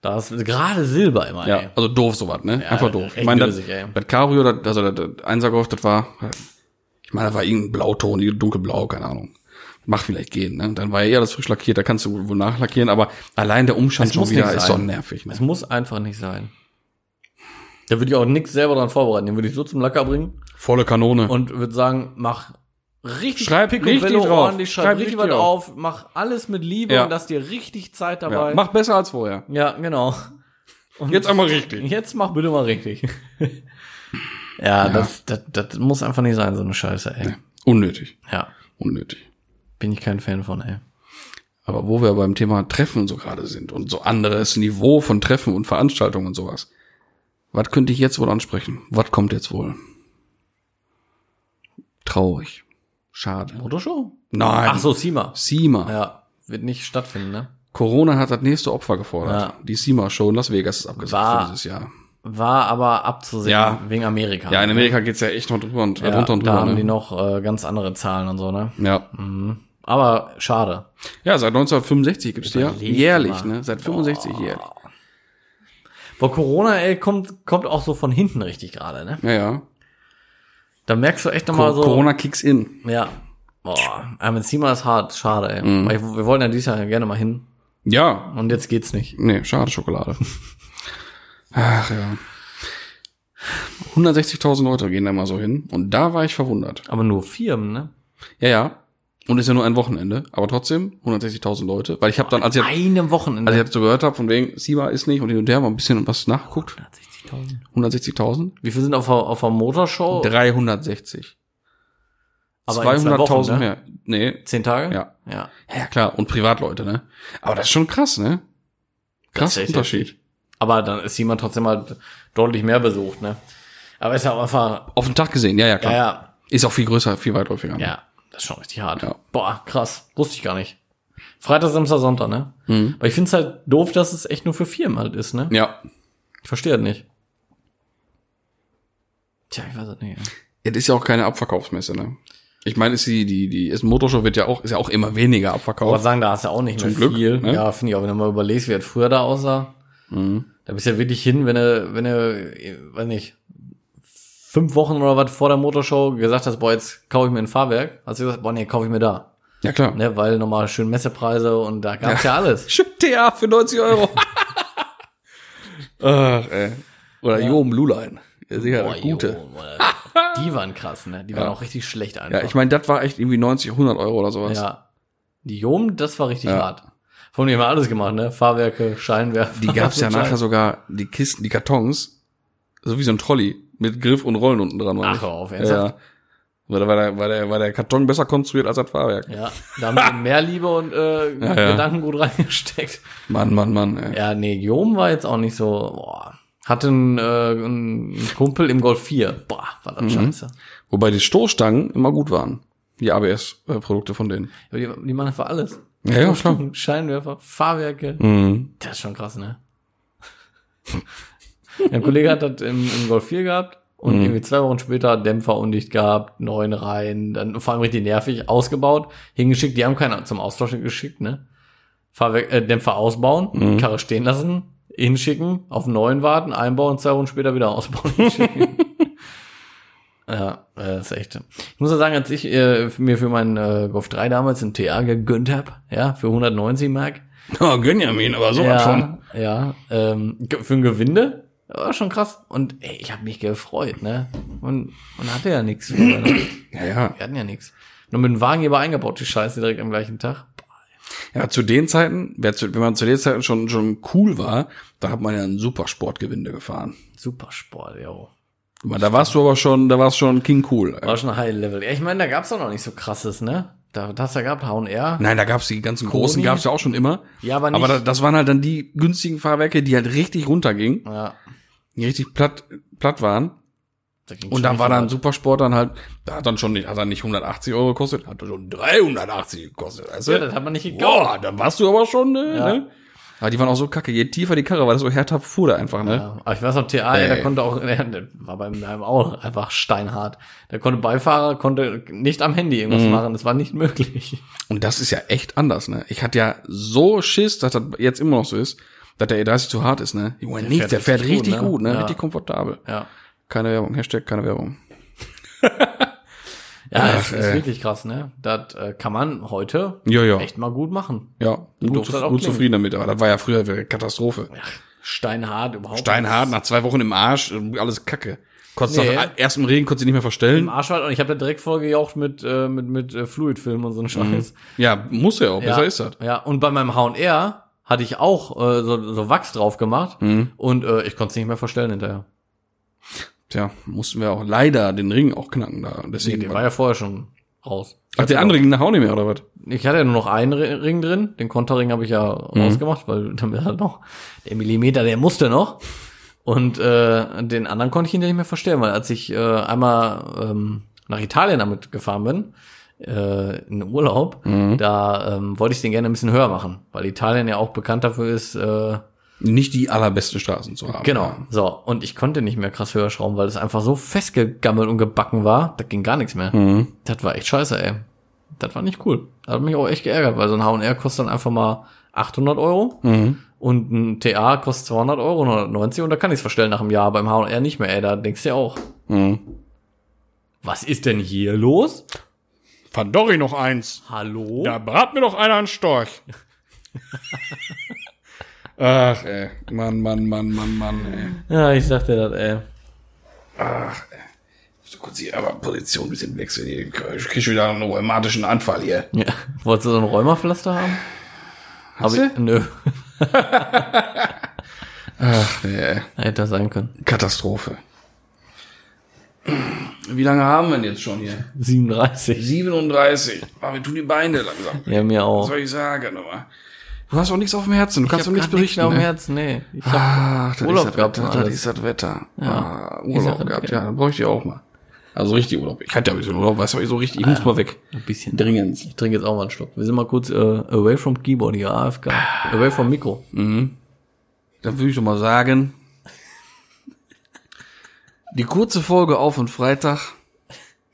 Speaker 2: da ist gerade Silber immer,
Speaker 1: Ja,
Speaker 2: ey.
Speaker 1: also doof sowas, ne? Einfach doof.
Speaker 2: echt
Speaker 1: Ich meine, das,
Speaker 2: dösig, ey.
Speaker 1: das Cabrio, das, also das Einsergolf, das war, ich meine, das war irgendein Blauton, irgendein dunkelblau, keine Ahnung. Macht vielleicht gehen, ne? Dann war ja eher das frisch lackiert, da kannst du wohl nachlackieren, aber allein der Umstand
Speaker 2: Es
Speaker 1: schon
Speaker 2: muss
Speaker 1: wieder
Speaker 2: nicht
Speaker 1: ist so
Speaker 2: sein.
Speaker 1: nervig, ne?
Speaker 2: Es muss einfach nicht sein. Da würde ich auch nix selber dran vorbereiten. Den würde ich so zum Lacker bringen.
Speaker 3: Volle Kanone.
Speaker 2: und würde sagen, mach richtig,
Speaker 3: Schreib
Speaker 2: Picobello
Speaker 3: richtig drauf.
Speaker 2: ordentlich, schreib,
Speaker 3: Schreib
Speaker 2: richtig was
Speaker 3: richtig
Speaker 2: auf. mach alles mit Liebe
Speaker 3: Ja.
Speaker 2: und lass dir richtig Zeit dabei.
Speaker 3: ja. Mach besser als vorher.
Speaker 2: ja genau. Und
Speaker 3: Jetzt einmal richtig.
Speaker 2: Jetzt mach bitte mal richtig. ja, Das, das, das muss einfach nicht sein, so eine Scheiße, ey.
Speaker 1: Unnötig.
Speaker 2: Ja,
Speaker 1: Unnötig.
Speaker 2: bin ich kein Fan von, ey.
Speaker 1: Aber wo wir beim Thema Treffen so gerade sind und so anderes Niveau von Treffen und Veranstaltungen und sowas. Was könnte ich jetzt wohl ansprechen? Was kommt jetzt wohl? Traurig. Schade.
Speaker 2: Fotoshow?
Speaker 1: Nein.
Speaker 2: Ach so, Sima.
Speaker 1: SEMA.
Speaker 2: Ja, wird nicht stattfinden, ne?
Speaker 1: Corona hat das nächste Opfer gefordert.
Speaker 2: Ja.
Speaker 1: Die SEMA-Show in Las Vegas ist abgesagt
Speaker 2: War-
Speaker 1: für dieses Jahr.
Speaker 2: War aber abzusehen
Speaker 1: Ja.
Speaker 2: wegen Amerika.
Speaker 1: Ja, in Amerika geht's ja echt noch drüber und
Speaker 2: Ja,
Speaker 1: äh, drunter und drüber.
Speaker 2: da haben
Speaker 1: ne?
Speaker 2: die noch äh, ganz andere Zahlen und so, ne?
Speaker 1: ja.
Speaker 2: Mhm. Aber schade.
Speaker 1: ja, seit 1965 gibt's die ja.
Speaker 2: Überleg
Speaker 1: Jährlich,
Speaker 2: mal. Oh.
Speaker 1: ne? Seit 65 jährlich.
Speaker 2: Boah, Corona, ey, kommt, kommt auch so von hinten richtig gerade, ne?
Speaker 1: Ja, ja.
Speaker 2: Da merkst du echt
Speaker 1: Co
Speaker 2: nochmal so.
Speaker 1: Corona kicks in.
Speaker 2: Ja. Boah, aber mit Sima ist hart, schade, ey.
Speaker 1: Mhm.
Speaker 2: Weil ich, wir wollten ja dieses Jahr gerne mal hin.
Speaker 1: Ja.
Speaker 2: Und jetzt geht's nicht.
Speaker 1: Nee, schade Schokolade. Ach ja. 160.000 Leute gehen da mal so hin. Und da war ich verwundert.
Speaker 2: Aber nur Firmen, ne?
Speaker 1: Ja, ja. Und ist ja nur ein Wochenende. Aber trotzdem 160.000 Leute. Weil ich habe dann, als Also ich, als
Speaker 2: Einem Wochenende.
Speaker 1: ich das so gehört habe, von wegen, Siba ist nicht und hin und her, mal ein bisschen was nachgeguckt.
Speaker 2: 160.000.
Speaker 1: 160.000?
Speaker 2: Wie viel sind auf, der- auf der Motorshow?
Speaker 1: 360.
Speaker 2: Aber in zwei
Speaker 1: 200.000
Speaker 2: Wochen, ne?
Speaker 1: mehr. Nee.
Speaker 2: Zehn Tage?
Speaker 1: Ja.
Speaker 2: Ja.
Speaker 1: Ja, klar. Und Privatleute, ne? Aber das ist schon krass, ne? Krass
Speaker 2: Das ist echt
Speaker 1: Unterschied.
Speaker 2: Aber dann ist jemand trotzdem halt deutlich mehr besucht, ne? Aber ist ja auch einfach,
Speaker 1: Auf den Tag gesehen, ja, ja,
Speaker 2: ja,
Speaker 1: klar.
Speaker 2: ja,
Speaker 1: Ist auch viel größer, viel weitläufiger. ne?
Speaker 2: ja, das ist schon richtig hart.
Speaker 1: Ja.
Speaker 2: Boah, krass. Wusste ich gar nicht. Freitag, Samstag, Sonntag, ne?
Speaker 1: Mhm.
Speaker 2: Aber ich find's halt doof, dass es echt nur für Firmen halt ist, ne?
Speaker 1: Ja.
Speaker 2: Ich verstehe das nicht. Tja, ich weiß es nicht. ey.
Speaker 1: Es ist ja auch keine Abverkaufsmesse, ne? Ich meine, ist die, die, die Essen Motorshow wird ja auch, ist ja auch immer weniger
Speaker 2: Ich wollte
Speaker 1: abverkauft.
Speaker 2: sagen, da hast du auch nicht
Speaker 1: Zum
Speaker 2: mehr
Speaker 1: Glück,
Speaker 2: viel.
Speaker 1: ne? Mhm.
Speaker 2: Ja, finde ich auch, wenn du mal überlegst, wie das früher da aussah. Da bist du ja wirklich hin, wenn du, wenn du, äh, weiß nicht, fünf Wochen oder was vor der Motorshow gesagt hast, boah, jetzt kaufe ich mir ein Fahrwerk, hast du gesagt, boah, nee, kaufe ich mir da.
Speaker 1: Ja, klar.
Speaker 2: Ne, weil nochmal schön Messepreise und da gab's ja, alles.
Speaker 1: Schön TA für 90 Euro. Ach, ey. Oder ja. Joom Lulein. Ja, sicher,
Speaker 2: Boah,
Speaker 1: gute.
Speaker 2: Jo, Mann. die waren krass, ne? Die waren
Speaker 1: Ja.
Speaker 2: auch richtig schlecht einfach.
Speaker 1: Ja, ich meine, das war echt irgendwie 90, 100 Euro oder sowas.
Speaker 2: Ja. Die Jom, das war richtig
Speaker 1: Ja.
Speaker 2: hart. Von dem haben wir alles gemacht, ne? Fahrwerke, Scheinwerfer.
Speaker 1: Die gab's ja
Speaker 2: Scheiß.
Speaker 1: nachher sogar, die Kisten, die Kartons, so wie so ein Trolley mit Griff und Rollen unten dran.
Speaker 2: Ach,
Speaker 1: ich.
Speaker 2: hör auf, ernsthaft?
Speaker 1: ja. Weil der, weil, der, weil, der, weil der Karton besser konstruiert als das Fahrwerk.
Speaker 2: Ja, da haben wir mehr Liebe und äh,
Speaker 1: ja.
Speaker 2: Gedanken gut reingesteckt.
Speaker 1: Mann, Mann, Mann. Ey.
Speaker 2: Ja, nee, Jom war jetzt auch nicht so, boah. Hatte einen, äh, einen Kumpel im Golf 4. Boah, war
Speaker 1: Mhm.
Speaker 2: das scheiße.
Speaker 1: Wobei die Stoßstangen immer gut waren. Die ABS-Produkte von denen.
Speaker 2: Aber die, die machen für alles.
Speaker 1: Ja, ja, klar.
Speaker 2: Scheinwerfer, Fahrwerke.
Speaker 1: Mhm.
Speaker 2: Das ist schon krass, ne? Ein Kollege hat das im, im Golf 4 gehabt
Speaker 1: Mhm.
Speaker 2: und irgendwie zwei Wochen später Dämpfer undicht gehabt, neun Reihen, dann vor allem richtig nervig, ausgebaut, hingeschickt, die haben keiner zum Austausch geschickt, ne? Fahrwerk, äh, Dämpfer ausbauen,
Speaker 1: Mhm.
Speaker 2: Karre stehen lassen, hinschicken, auf einen neuen warten, einbauen, zwei Wochen später wieder ausbauen. hinschicken. ja, äh, ist echt. Ich muss ja sagen, als ich äh, mir für meinen äh, Golf 3 damals einen TA gegönnt hab, ja, für 190 Mark,
Speaker 1: Oh, Gönjamin, aber so was von.
Speaker 2: ja, ja ähm, ge- für ein Gewinde war schon krass. Und ey, ich habe mich gefreut, ne? Und man hatte ja nichts. Wir
Speaker 1: Ja, ja.
Speaker 2: hatten ja nichts. Nur mit dem Wagenheber eingebaut, die Scheiße direkt am gleichen Tag.
Speaker 1: Ja, zu den Zeiten, wer zu, wenn man zu den Zeiten schon, schon cool war, da hat man ja ein Supersportgewinde gefahren.
Speaker 2: Supersport, jo.
Speaker 1: Ich meine, Da warst du aber schon, da warst schon King cool.
Speaker 2: War schon High Level. Ja, ich meine, da gab's doch noch nicht so krasses, ne? Da das hast du ja gehabt, H&R.
Speaker 1: Nein, da gab's die ganzen großen, gab's ja auch schon immer.
Speaker 2: Ja, aber nicht.
Speaker 1: Aber da, das waren halt dann die günstigen Fahrwerke, die halt richtig runtergingen,
Speaker 2: ja.
Speaker 1: die richtig platt, platt waren.
Speaker 2: da ging's
Speaker 1: Und
Speaker 2: schon
Speaker 1: da
Speaker 2: nicht
Speaker 1: war
Speaker 2: so
Speaker 1: dann
Speaker 2: weit.
Speaker 1: Supersport dann halt, da hat dann schon nicht, hat dann nicht 180 Euro gekostet, hat dann schon 380 gekostet. Weißt du?
Speaker 2: Ja, das hat man nicht gekauft.
Speaker 1: Boah, dann warst du aber schon, äh,
Speaker 2: Ja.
Speaker 1: ne? Aber die waren auch so kacke. Je tiefer die Karre war, desto härter fuhr der einfach, ne?
Speaker 2: Ja, aber ich weiß noch, TA, ey, der
Speaker 1: Ey.
Speaker 2: konnte auch, der der war beim Namen auch einfach steinhart. Der konnte Beifahrer, konnte nicht am Handy irgendwas
Speaker 1: Mhm.
Speaker 2: machen. Das war nicht möglich.
Speaker 1: Und das ist ja echt anders, ne? Ich hatte ja so Schiss, dass das jetzt immer noch so ist, dass der E30 zu hart ist, ne? Junge,
Speaker 2: Der
Speaker 1: nicht,
Speaker 2: fährt
Speaker 1: der fährt
Speaker 2: richtig
Speaker 1: richtig,
Speaker 2: gut, ne?
Speaker 1: gut, ne?
Speaker 2: Ja.
Speaker 1: Richtig komfortabel.
Speaker 2: Ja.
Speaker 1: Keine Werbung, Hashtag keine Werbung.
Speaker 2: Ja,
Speaker 1: Ach,
Speaker 2: das ist
Speaker 1: ey.
Speaker 2: wirklich krass, ne? Das äh, kann man heute
Speaker 1: äh. Ja, ja.
Speaker 2: echt mal gut machen.
Speaker 1: Ja, gut,
Speaker 2: durfte das halt auch
Speaker 1: gut
Speaker 2: klingen.
Speaker 1: zufrieden damit, aber das war ja früher eine Katastrophe.
Speaker 2: steinhart überhaupt.
Speaker 1: Steinhart, nach zwei Wochen im Arsch, äh, alles Kacke. Konntest
Speaker 2: Nee.
Speaker 1: nach erstem Regen konntest du dich nicht mehr verstellen.
Speaker 2: Im Arsch war- und ich habe da direkt vorgejaucht mit, äh, mit, mit äh, Fluidfilm und so einen Scheiß.
Speaker 1: Ja, muss Mhm. ja auch,
Speaker 2: Ja,
Speaker 1: besser ist das.
Speaker 2: Ja, und bei meinem H&R hatte ich auch äh, so, so Wachs drauf
Speaker 1: Mhm.
Speaker 2: gemacht und äh, ich konnte es nicht mehr verstellen hinterher.
Speaker 1: Tja, mussten wir auch leider den Ring auch knacken da.
Speaker 2: Nee,
Speaker 1: Deswegen
Speaker 2: der war
Speaker 1: war,
Speaker 2: ja vorher schon raus.
Speaker 1: ach, der andere ging nach Hause nicht mehr, oder was?
Speaker 2: Ich hatte ja nur noch einen Ri- Ring drin. Den Konterring habe ich ja rausgemacht, weil dann wäre halt noch der Millimeter, der musste noch. Und äh, den anderen konnte ich hinterher nicht mehr verstellen, weil als ich äh, einmal ähm, nach Italien damit gefahren bin, äh, in den Urlaub, da ähm, wollte ich den gerne ein bisschen höher machen, weil Italien ja auch bekannt dafür ist, äh,
Speaker 1: Nicht die allerbesten Straßen zu haben.
Speaker 2: Genau.
Speaker 1: Ja.
Speaker 2: So, und ich konnte nicht mehr krass höher schrauben, weil es einfach so festgegammelt und gebacken war, da ging gar nichts mehr.
Speaker 1: Mhm,
Speaker 2: Das war echt scheiße, ey. Das war nicht cool. Das hat mich auch echt geärgert, weil so ein H&R kostet dann einfach mal 800 Euro
Speaker 1: mhm,
Speaker 2: und ein TA kostet 200 Euro, 990 und da kann ich es verstellen nach einem Jahr, beim H&R nicht mehr, ey, da denkst du ja auch.
Speaker 1: mhm.
Speaker 2: Was ist denn hier los?
Speaker 3: Verdorri noch eins.
Speaker 2: Hallo?
Speaker 3: Da brat mir doch einer einen Storch.
Speaker 1: Ach, ey. Mann, Mann, Mann, Mann, Mann, ey.
Speaker 2: Ja, ich sag dir das, ey.
Speaker 1: So kurz hier aber Position ein bisschen wechseln. Hier. Ich krieg schon wieder einen rheumatischen Anfall hier.
Speaker 2: Ja. Wolltest du so ein Rheumapflaster haben? Hab ich, nö,
Speaker 1: Ach, nee, ey.
Speaker 2: hätte das sein können.
Speaker 1: Katastrophe. Wie lange haben wir denn jetzt schon hier?
Speaker 2: 37.
Speaker 1: 37. Aber wir tun die Beine langsam.
Speaker 2: Ja, mir
Speaker 1: Was
Speaker 2: auch.
Speaker 1: soll ich sagen, nochmal? Du hast auch nichts auf dem Herzen. Du kannst
Speaker 2: Oh. hab
Speaker 1: doch nichts berichten.
Speaker 2: grad mehr am
Speaker 1: ne?
Speaker 2: Herzen, nee. Ich hab,
Speaker 1: Ach, das
Speaker 2: Urlaub
Speaker 1: ist das
Speaker 2: gehabt und
Speaker 1: Wetter, das
Speaker 2: alles.
Speaker 1: ist das Wetter.
Speaker 2: Ja.
Speaker 1: Ah,
Speaker 2: Ist
Speaker 1: Urlaub
Speaker 2: das
Speaker 1: gehabt,
Speaker 2: okay.
Speaker 1: ja, dann bräuchte ich auch mal. Also richtig Urlaub. Ich hatte ja ein bisschen Urlaub, weißt du, aber so richtig,
Speaker 2: Ah.
Speaker 1: ich muss mal weg.
Speaker 2: ein bisschen.
Speaker 1: Dringend.
Speaker 2: Ich trinke jetzt auch mal einen Schluck. Wir sind mal kurz äh, away from Keyboard hier, AFK. Away from Mikro.
Speaker 1: Dann würde ich doch mal sagen, die kurze Folge auf und Freitag.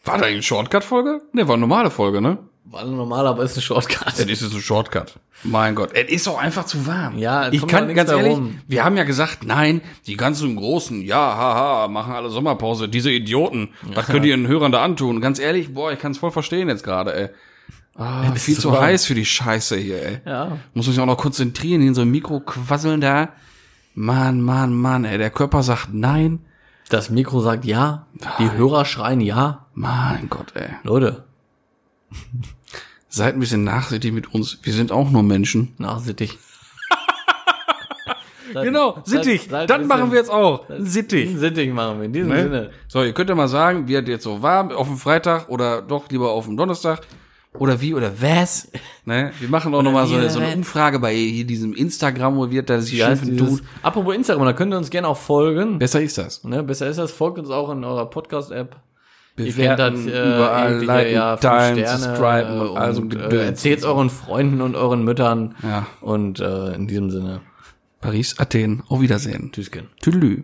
Speaker 1: War da eine Shortcut-Folge? Ne, war eine normale Folge, ne?
Speaker 2: War normal, aber ist ein Shortcut.
Speaker 1: Es ist jetzt ein Shortcut. Mein Gott, es ist auch einfach zu warm.
Speaker 2: Ja, es
Speaker 1: ich
Speaker 2: kommt auch
Speaker 1: kann
Speaker 2: nichts
Speaker 1: ganz
Speaker 2: mehr
Speaker 1: ehrlich,
Speaker 2: rum.
Speaker 1: wir haben ja gesagt, nein, die ganzen großen, ja, haha, machen alle Sommerpause, diese Idioten, was können die ihren Hörern da antun? Ganz ehrlich, boah, ich kann es voll verstehen jetzt gerade, ey. Ah, viel
Speaker 2: zu
Speaker 1: zu
Speaker 2: warm.
Speaker 1: heiß für die Scheiße hier, ey.
Speaker 2: Ja.
Speaker 1: Muss mich auch noch konzentrieren, in so einem Mikro quasseln da. Mann, Mann, Mann, ey, der Körper sagt nein.
Speaker 2: Das Mikro sagt ja, die Hörer schreien ja.
Speaker 1: Mein Gott, ey.
Speaker 2: Leute,
Speaker 1: Seid ein bisschen nachsichtig mit uns. Wir sind auch nur Menschen.
Speaker 2: nachsittig. Seid- seid- seid
Speaker 1: Genau, Dann
Speaker 2: ein
Speaker 1: machen wir
Speaker 2: bisschen-
Speaker 1: jetzt auch. Sittig.
Speaker 2: Sittig machen wir in diesem
Speaker 1: Ne?
Speaker 2: Sinne.
Speaker 1: So, ihr könnt ja mal sagen, wie hat jetzt so warm, auf dem Freitag oder doch lieber auf dem Donnerstag oder wie oder was. Ne? Wir machen auch nochmal so, eine- so eine
Speaker 2: was.
Speaker 1: Umfrage bei hier diesem Instagram, wo wird da sich
Speaker 2: Wie heißt
Speaker 1: schimpfen
Speaker 2: dieses,
Speaker 1: tut.
Speaker 2: apropos Instagram, da könnt ihr uns gerne auch folgen.
Speaker 1: Besser ist das.
Speaker 2: Ne, besser ist das, folgt uns auch in eurer Podcast-App. Ihr kennt das,
Speaker 1: Bewerten,
Speaker 2: äh,
Speaker 1: überall,
Speaker 2: jegliche,
Speaker 1: liken,
Speaker 2: ja, fünf
Speaker 1: teilen,
Speaker 2: Sterne,
Speaker 1: subscriben,
Speaker 2: äh, und,
Speaker 1: also
Speaker 2: äh, erzählt
Speaker 1: Gedöns.
Speaker 2: euren Freunden und euren Müttern.
Speaker 1: Ja.
Speaker 2: Und äh, in diesem Sinne,
Speaker 1: Paris, Athen, auf Wiedersehen.
Speaker 2: Tschüsschen.
Speaker 1: Tüdelü.